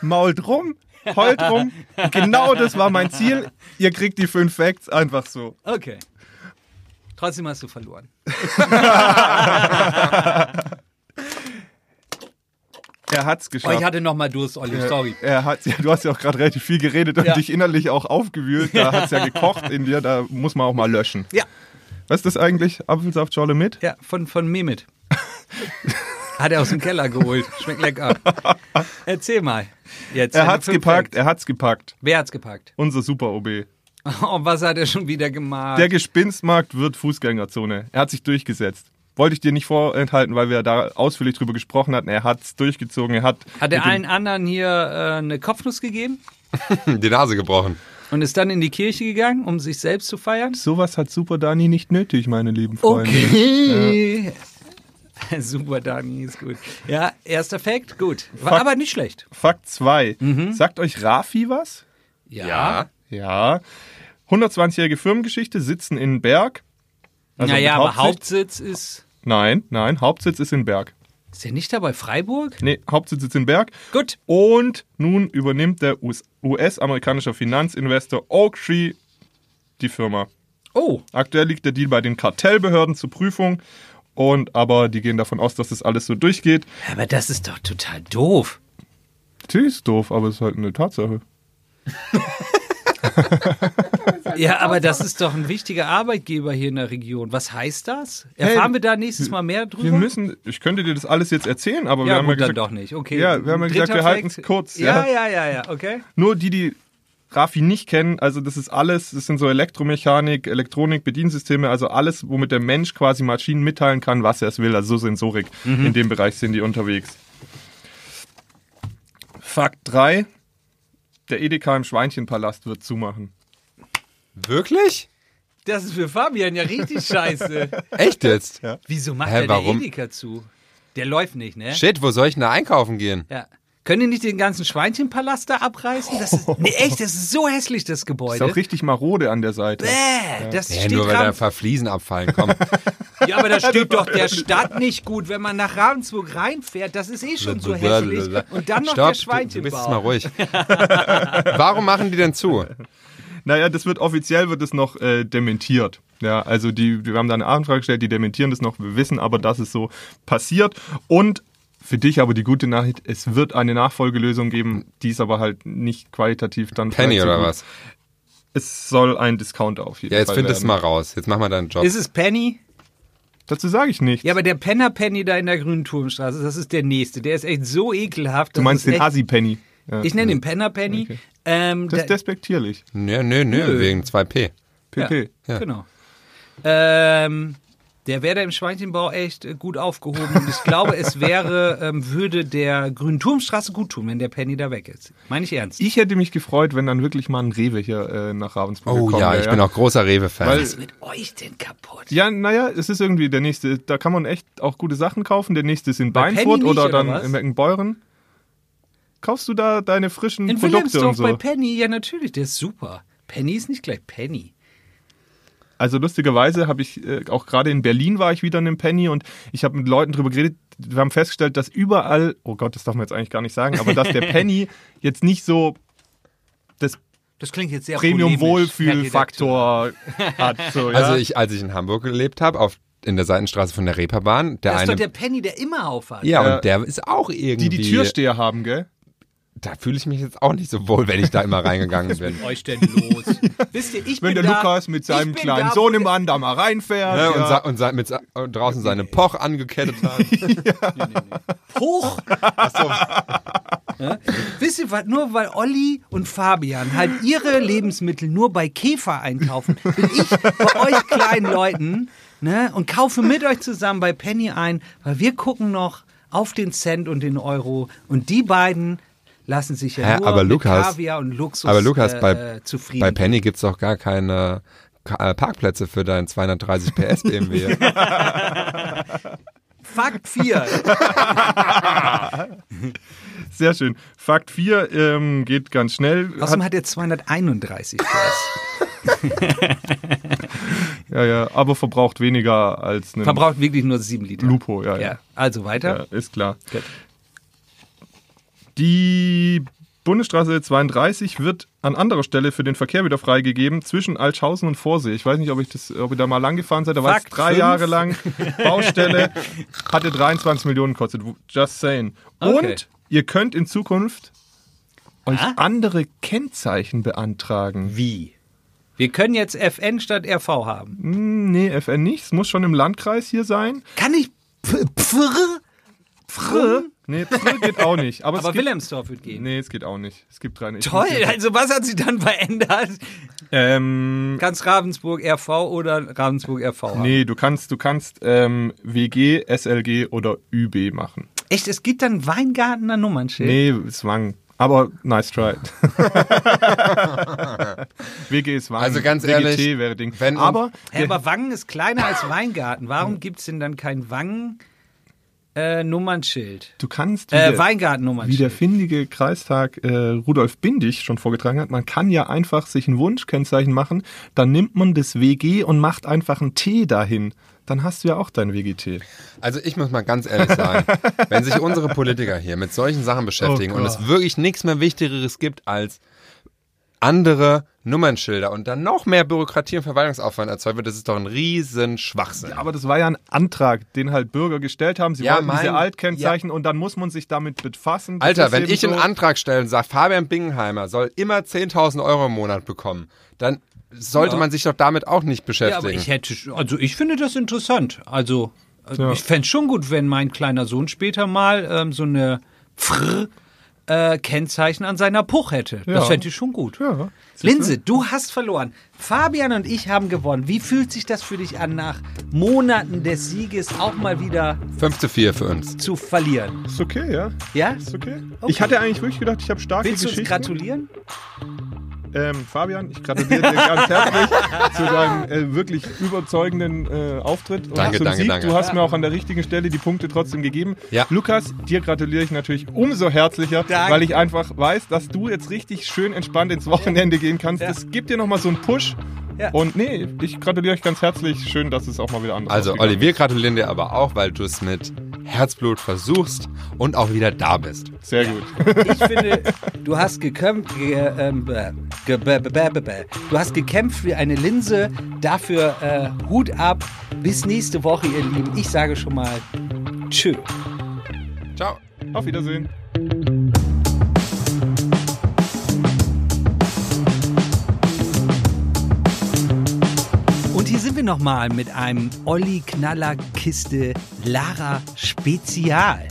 [SPEAKER 2] mault rum, heult rum. Genau das war mein Ziel. Ihr kriegt die fünf Facts einfach so.
[SPEAKER 1] Okay. Trotzdem hast du verloren.
[SPEAKER 2] Er hat's
[SPEAKER 1] Oh, ich
[SPEAKER 2] geschafft.
[SPEAKER 1] hatte nochmal Durst, Olli, sorry.
[SPEAKER 2] Er hat, ja, du hast ja auch gerade relativ viel geredet und
[SPEAKER 1] Ja.
[SPEAKER 2] dich innerlich auch aufgewühlt. Da hat's ja gekocht in dir, da muss man auch mal löschen.
[SPEAKER 1] Ja.
[SPEAKER 2] Was ist das eigentlich? Apfelsaftschorle mit?
[SPEAKER 1] Ja, von, von Mehmet. [laughs] Hat er aus dem Keller geholt. Schmeckt lecker. Erzähl mal. Jetzt
[SPEAKER 2] Er
[SPEAKER 1] deine
[SPEAKER 2] hat's
[SPEAKER 1] fünf
[SPEAKER 2] gepackt,
[SPEAKER 1] Facts.
[SPEAKER 2] er hat's gepackt.
[SPEAKER 1] Wer hat's gepackt? [laughs]
[SPEAKER 2] Unser Super-OB.
[SPEAKER 1] Oh, was hat er schon wieder gemacht?
[SPEAKER 2] Der Gespinstmarkt wird Fußgängerzone. Er hat sich durchgesetzt. Wollte ich dir nicht vorenthalten, weil wir da ausführlich drüber gesprochen hatten. Er hat's durchgezogen. Er hat.
[SPEAKER 1] hat er
[SPEAKER 2] mit dem-
[SPEAKER 1] allen anderen hier äh, eine Kopfnuss gegeben
[SPEAKER 3] Hm, Die Nase gebrochen.
[SPEAKER 1] und ist dann in die Kirche gegangen, um sich selbst zu feiern?
[SPEAKER 2] Sowas hat Super Dani nicht nötig, meine lieben Freunde.
[SPEAKER 1] Okay. [laughs] Super, Dani, ist gut. Ja, erster Fact, gut. War
[SPEAKER 2] Fuck.
[SPEAKER 1] aber nicht schlecht.
[SPEAKER 2] Fakt 2.
[SPEAKER 1] Mhm.
[SPEAKER 2] Sagt euch Rafi was?
[SPEAKER 1] ja.
[SPEAKER 2] Ja. 120-jährige Firmengeschichte, sitzen in Berg. Also
[SPEAKER 1] naja,
[SPEAKER 2] mit
[SPEAKER 1] aber Hauptsitz
[SPEAKER 2] Hauptsitz.
[SPEAKER 1] ist
[SPEAKER 2] Nein, nein, Hauptsitz ist in Berg.
[SPEAKER 1] Ist der nicht dabei Freiburg?
[SPEAKER 2] Nee, Hauptsitz ist in Berg.
[SPEAKER 1] Gut.
[SPEAKER 2] Und nun übernimmt der US- US-amerikanische Finanzinvestor Oaktree die Firma.
[SPEAKER 1] Oh,
[SPEAKER 2] Aktuell liegt der Deal bei den Kartellbehörden zur Prüfung. Und aber die gehen davon aus, dass das alles so durchgeht.
[SPEAKER 1] aber das ist doch total doof.
[SPEAKER 2] Natürlich ist doof, aber es ist halt eine Tatsache.
[SPEAKER 1] Ja, aber das ist doch ein wichtiger Arbeitgeber hier in der Region. Was heißt das? Erfahren wir da nächstes Mal mehr drüber?
[SPEAKER 2] Wir müssen, ich könnte dir das alles jetzt erzählen, aber wir
[SPEAKER 1] Mhm. ja,
[SPEAKER 2] haben
[SPEAKER 1] gut,
[SPEAKER 2] ja
[SPEAKER 1] dann
[SPEAKER 2] gesagt,
[SPEAKER 1] doch nicht. Okay.
[SPEAKER 2] Ja, wir haben ja
[SPEAKER 1] Dritter
[SPEAKER 2] gesagt, wir
[SPEAKER 1] Fact.
[SPEAKER 2] halten es kurz.
[SPEAKER 1] Ja, ja, ja, ja, okay.
[SPEAKER 2] Nur die, die Rafi nicht kennen, also das ist alles, das sind so Elektromechanik, Elektronik, Bediensysteme, also alles, womit der Mensch quasi Maschinen mitteilen kann, was er es will, also so Sensorik.
[SPEAKER 1] Mhm.
[SPEAKER 2] In dem Bereich sind die unterwegs. Fakt 3. Der Edeka im Schweinchenpalast wird zumachen.
[SPEAKER 3] Wirklich?
[SPEAKER 1] Das ist für Fabian ja
[SPEAKER 2] [laughs]
[SPEAKER 1] richtig scheiße. [laughs]
[SPEAKER 3] Echt jetzt?
[SPEAKER 1] Wieso macht
[SPEAKER 3] Hä,
[SPEAKER 1] er der
[SPEAKER 3] warum?
[SPEAKER 1] Edeka zu? Der läuft nicht, ne?
[SPEAKER 3] Shit, wo soll ich denn da einkaufen gehen?
[SPEAKER 1] Ja. Können die nicht den ganzen Schweinchenpalast da abreißen? Das
[SPEAKER 3] [laughs]
[SPEAKER 1] ist, nee, echt, das ist so hässlich, das Gebäude.
[SPEAKER 2] Ist auch richtig marode an der Seite.
[SPEAKER 1] Bäh, das
[SPEAKER 3] Ja,
[SPEAKER 1] steht
[SPEAKER 3] nur weil da ein
[SPEAKER 1] Ravensburg.
[SPEAKER 3] paar Fliesen abfallen. Komm,
[SPEAKER 1] Ja, aber das steht doch der Stadt nicht gut, wenn man nach Ravensburg reinfährt. Das ist eh [laughs] schon so hässlich. Und dann noch
[SPEAKER 3] Stopp,
[SPEAKER 1] der
[SPEAKER 3] Du, du bist jetzt
[SPEAKER 1] Schweinchenbau.
[SPEAKER 3] mal ruhig. [laughs] Warum machen die denn zu?
[SPEAKER 2] Naja, das wird offiziell wird es noch äh, dementiert. Ja, also die, wir haben da eine Anfrage gestellt, die dementieren das noch. Wir wissen aber, dass es so passiert. Und für dich aber die gute Nachricht, es wird eine Nachfolgelösung geben, die ist aber halt nicht qualitativ dann.
[SPEAKER 3] Penny
[SPEAKER 2] vielleicht so
[SPEAKER 3] oder
[SPEAKER 2] gut.
[SPEAKER 3] was?
[SPEAKER 2] Es soll ein Discounter auf jeden
[SPEAKER 3] Ja, jetzt
[SPEAKER 2] Fall.
[SPEAKER 3] find das
[SPEAKER 2] werden.
[SPEAKER 3] mal raus. Jetzt mach mal deinen Job.
[SPEAKER 1] Ist es Penny?
[SPEAKER 2] Dazu sage ich nichts.
[SPEAKER 1] Ja, aber der Penner Penny da in der Grünen Turmstraße, das ist der nächste. Der ist echt so ekelhaft.
[SPEAKER 2] du
[SPEAKER 1] das
[SPEAKER 2] meinst
[SPEAKER 1] ist
[SPEAKER 2] den
[SPEAKER 1] echt,
[SPEAKER 2] Asi-Penny. Ja.
[SPEAKER 1] Ich nenne ihn Penner Penny. Ähm,
[SPEAKER 2] Das
[SPEAKER 1] da-
[SPEAKER 2] ist despektierlich.
[SPEAKER 3] nö, nö, nö,
[SPEAKER 1] Nö.
[SPEAKER 3] wegen 2P.
[SPEAKER 2] PP.
[SPEAKER 1] Ja. Genau. Ähm, der wäre da im Schweinchenbau echt äh, gut aufgehoben. Und ich glaube, es wäre, ähm, würde der Grünen Turmstraße gut tun, wenn der Penny da weg ist. Meine ich ernst.
[SPEAKER 2] Ich hätte mich gefreut, wenn dann wirklich mal ein Rewe hier äh, nach Ravensburg
[SPEAKER 3] Oh
[SPEAKER 2] gekommen
[SPEAKER 3] ja,
[SPEAKER 2] wäre,
[SPEAKER 3] ich bin auch großer Rewe-Fan.
[SPEAKER 2] Weil,
[SPEAKER 1] Mit euch denn kaputt?
[SPEAKER 2] Ja, naja, es ist irgendwie der nächste. Da kann man echt auch gute Sachen kaufen. Der nächste ist in
[SPEAKER 1] Bei Penny
[SPEAKER 2] Beinfurt
[SPEAKER 1] nicht,
[SPEAKER 2] oder
[SPEAKER 1] oder
[SPEAKER 2] dann
[SPEAKER 1] was?
[SPEAKER 2] in Meckenbeuren. Kaufst du da deine frischen
[SPEAKER 1] In
[SPEAKER 2] Produkte und
[SPEAKER 1] Wilhelmsdorf bei
[SPEAKER 2] so?
[SPEAKER 1] Penny, ja natürlich, der ist super. Penny ist nicht gleich Penny.
[SPEAKER 2] Also lustigerweise habe ich äh, auch gerade in Berlin war ich wieder in einem Penny und ich habe mit Leuten drüber geredet. Wir haben festgestellt, dass überall, oh Gott, das darf man jetzt eigentlich gar nicht sagen, aber
[SPEAKER 1] [laughs]
[SPEAKER 2] dass der Penny jetzt nicht so das
[SPEAKER 1] Das klingt jetzt sehr polemisch, Herr Redakteur.
[SPEAKER 2] Premium-Wohlfühl-Faktor hat. So, ja?
[SPEAKER 3] Also ich, als ich in Hamburg gelebt habe, auf in der Seitenstraße von der Reeperbahn, der
[SPEAKER 1] Das ist
[SPEAKER 3] eine.
[SPEAKER 1] doch der Penny, der immer aufhat.
[SPEAKER 3] ja,
[SPEAKER 2] Ja.
[SPEAKER 3] und der ist auch irgendwie.
[SPEAKER 2] die die Türsteher haben, gell?
[SPEAKER 3] Da fühle ich mich jetzt auch nicht so wohl, wenn ich da immer
[SPEAKER 2] [laughs]
[SPEAKER 3] reingegangen bin.
[SPEAKER 1] Euch denn los? Wisst ihr, ich
[SPEAKER 2] Wenn
[SPEAKER 1] bin
[SPEAKER 2] der
[SPEAKER 1] da,
[SPEAKER 2] Lukas mit seinem
[SPEAKER 1] ich bin
[SPEAKER 2] kleinen
[SPEAKER 1] da,
[SPEAKER 2] Sohnemann da mal reinfährt.
[SPEAKER 3] Ne,
[SPEAKER 2] ja.
[SPEAKER 3] Und, sa und sa mit sa und draußen seine Poch
[SPEAKER 2] [laughs]
[SPEAKER 3] angekettet hat.
[SPEAKER 1] Hoch! Ja? Wisst ihr was, nur weil Olli und Fabian halt ihre Lebensmittel nur bei Käfer einkaufen, bin ich bei euch kleinen Leuten ne, und kaufe mit euch zusammen bei Penny ein, weil wir gucken noch auf den Cent und den Euro und die beiden lassen sich ja
[SPEAKER 3] Hä,
[SPEAKER 1] nur
[SPEAKER 3] aber
[SPEAKER 1] mit
[SPEAKER 3] Lukas-
[SPEAKER 1] Kaviar und Luxus
[SPEAKER 3] Aber Lukas,
[SPEAKER 1] äh,
[SPEAKER 3] bei,
[SPEAKER 1] äh, zufrieden.
[SPEAKER 3] bei Penny gibt es doch gar keine Ka- äh, Parkplätze für deinen 230 PS
[SPEAKER 2] [laughs]
[SPEAKER 3] BMW.
[SPEAKER 1] Fakt 4.
[SPEAKER 2] Sehr schön. Fakt 4 ähm, geht ganz schnell.
[SPEAKER 1] Außerdem hat er 231 PS.
[SPEAKER 3] [laughs]
[SPEAKER 2] ja, ja, aber verbraucht weniger als ein
[SPEAKER 1] Verbraucht wirklich nur 7 Liter.
[SPEAKER 2] Lupo. Ja, ja.
[SPEAKER 1] Ja, also weiter.
[SPEAKER 2] ja ist klar. Die Bundesstraße 32 wird an anderer Stelle für den Verkehr wieder freigegeben zwischen Altschausen und Vorsee. Ich weiß nicht, ob, ich das, ob ihr da mal lang gefahren seid. Da war es
[SPEAKER 1] Fakt
[SPEAKER 2] drei
[SPEAKER 1] fünf. [laughs]
[SPEAKER 2] Jahre lang Baustelle. hatte 23 Millionen gekostet. Just saying.
[SPEAKER 1] Okay.
[SPEAKER 2] Und ihr könnt in Zukunft euch
[SPEAKER 1] Ah?
[SPEAKER 2] andere Kennzeichen beantragen.
[SPEAKER 1] Wie? Wir können jetzt FN statt RV haben.
[SPEAKER 2] Nee, FN nicht. Es muss schon im Landkreis hier sein.
[SPEAKER 1] Kann ich p- pfr? Pfr?
[SPEAKER 2] Nee, [laughs] Pfl geht auch nicht. Aber,
[SPEAKER 1] Aber
[SPEAKER 2] es gibt,
[SPEAKER 1] Wilhelmsdorf wird gehen.
[SPEAKER 2] Nee, es geht auch nicht. Es gibt drei nicht.
[SPEAKER 1] Toll, also was hat sich dann verändert?
[SPEAKER 2] Ähm,
[SPEAKER 1] Ganz Ravensburg RV oder Ravensburg RV haben.
[SPEAKER 2] nee, du kannst, du kannst ähm, WG, SLG oder ÜB machen.
[SPEAKER 1] Echt, es gibt dann Weingartener Nummernschild.
[SPEAKER 2] Nee, Zwang. Aber nice [laughs] try. WG ist Wangen.
[SPEAKER 3] Also ganz ehrlich,
[SPEAKER 2] WGT wäre Ding.
[SPEAKER 3] wenn uns-
[SPEAKER 2] aber
[SPEAKER 1] Hä, aber Wangen ist kleiner als Weingarten. Warum gibt es denn dann kein Wangen äh, Nummernschild?
[SPEAKER 2] du kannst, wie,
[SPEAKER 1] Äh,
[SPEAKER 2] der,
[SPEAKER 1] Weingarten
[SPEAKER 2] wie der
[SPEAKER 1] Nummernschild.
[SPEAKER 2] findige Kreistag äh, Rudolf Bindig schon vorgetragen hat, man kann ja einfach sich ein Wunschkennzeichen machen, dann nimmt man das WG und macht einfach ein T dahin. dann hast du ja auch dein WGT.
[SPEAKER 3] Also ich muss mal ganz ehrlich sagen, wenn sich unsere Politiker hier mit solchen Sachen beschäftigen
[SPEAKER 2] Oh
[SPEAKER 3] und
[SPEAKER 2] Gott.
[SPEAKER 3] es wirklich nichts mehr Wichtigeres gibt als andere Nummernschilder und dann noch mehr Bürokratie und Verwaltungsaufwand erzeugt wird, das ist doch ein riesen Schwachsinn.
[SPEAKER 2] Aber das war ja ein Antrag, den halt Bürger gestellt haben. Sie
[SPEAKER 3] Ja,
[SPEAKER 2] wollten diese
[SPEAKER 3] mein-
[SPEAKER 2] Altkennzeichen und dann muss man sich damit befassen. Das
[SPEAKER 3] Alter,
[SPEAKER 2] ist
[SPEAKER 3] wenn
[SPEAKER 2] eben
[SPEAKER 3] ich einen
[SPEAKER 2] so-
[SPEAKER 3] Antrag stelle und sage, Fabian Bingenheimer soll immer 10.000 Euro im Monat bekommen, dann sollte man sich doch damit auch nicht
[SPEAKER 7] Ja, aber
[SPEAKER 3] beschäftigen.
[SPEAKER 7] ich hätte, also ich finde das interessant. Also äh, ich fände es schon gut, wenn mein kleiner Sohn später mal ähm, so eine Pfr, äh, Kennzeichen an seiner Puch hätte. Das fände ich schon gut.
[SPEAKER 2] Ja.
[SPEAKER 1] Linse, du hast verloren. Fabian und ich haben gewonnen. Wie fühlt sich das für dich an, nach Monaten des Sieges auch mal wieder
[SPEAKER 3] 5 zu 4 für uns.
[SPEAKER 1] zu verlieren?
[SPEAKER 2] Ist okay, ja.
[SPEAKER 1] Ja?
[SPEAKER 2] Ist okay.
[SPEAKER 1] Okay.
[SPEAKER 2] Ich hatte eigentlich wirklich gedacht, ich habe starke
[SPEAKER 1] Willst du uns
[SPEAKER 2] Geschichten.
[SPEAKER 1] gratulieren?
[SPEAKER 2] Ähm, Fabian, ich gratuliere dir ganz herzlich zu deinem äh, wirklich überzeugenden äh, Auftritt und
[SPEAKER 3] Danke,
[SPEAKER 2] zum
[SPEAKER 3] danke,
[SPEAKER 2] Sieg.
[SPEAKER 3] danke.
[SPEAKER 2] Du hast mir auch an der richtigen Stelle die Punkte trotzdem gegeben.
[SPEAKER 3] Ja.
[SPEAKER 2] Lukas, dir gratuliere ich natürlich umso herzlicher,
[SPEAKER 1] Danke.
[SPEAKER 2] weil ich einfach weiß, dass du jetzt richtig schön entspannt ins Wochenende gehen kannst. Das gibt dir nochmal so einen Push.
[SPEAKER 1] Ja.
[SPEAKER 2] Und nee, ich gratuliere euch ganz herzlich. Schön, dass es auch mal wieder anders
[SPEAKER 3] Also,
[SPEAKER 2] ausgegangen
[SPEAKER 3] Olli, wir gratulieren dir aber auch, weil du es mit Herzblut versuchst und auch wieder da bist.
[SPEAKER 2] ist. Sehr gut.
[SPEAKER 1] Ich finde, du hast gekämpft, ge, ähm, bäh, ge, bäh, bäh, bäh, bäh, bäh. du hast gekämpft wie eine Linse. Dafür äh, Hut ab. Bis nächste Woche, ihr Lieben. Ich sage schon mal Tschö.
[SPEAKER 3] Ciao.
[SPEAKER 2] Auf Wiedersehen.
[SPEAKER 1] Und hier sind wir nochmal mit einem Olli Knaller Kiste Lara Spezial.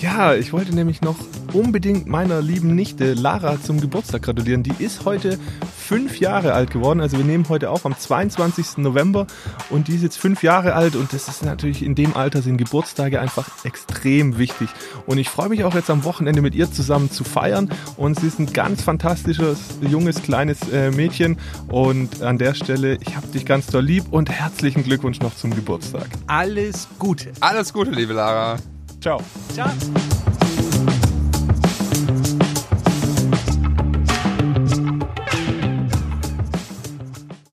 [SPEAKER 2] Ja, ich wollte nämlich noch unbedingt meiner lieben Nichte Lara zum Geburtstag gratulieren. Die ist heute fünf Jahre alt geworden. Also wir nehmen heute auf am 22. November und die ist jetzt fünf Jahre alt und das ist natürlich in dem Alter sind Geburtstage einfach extrem wichtig. Und ich freue mich auch jetzt am Wochenende mit ihr zusammen zu feiern und sie ist ein ganz fantastisches, junges, kleines äh, Mädchen und an der Stelle, ich habe dich ganz doll lieb und herzlichen Glückwunsch noch zum Geburtstag.
[SPEAKER 1] Alles Gute.
[SPEAKER 3] Alles Gute, liebe Lara.
[SPEAKER 2] Ciao.
[SPEAKER 1] Ciao.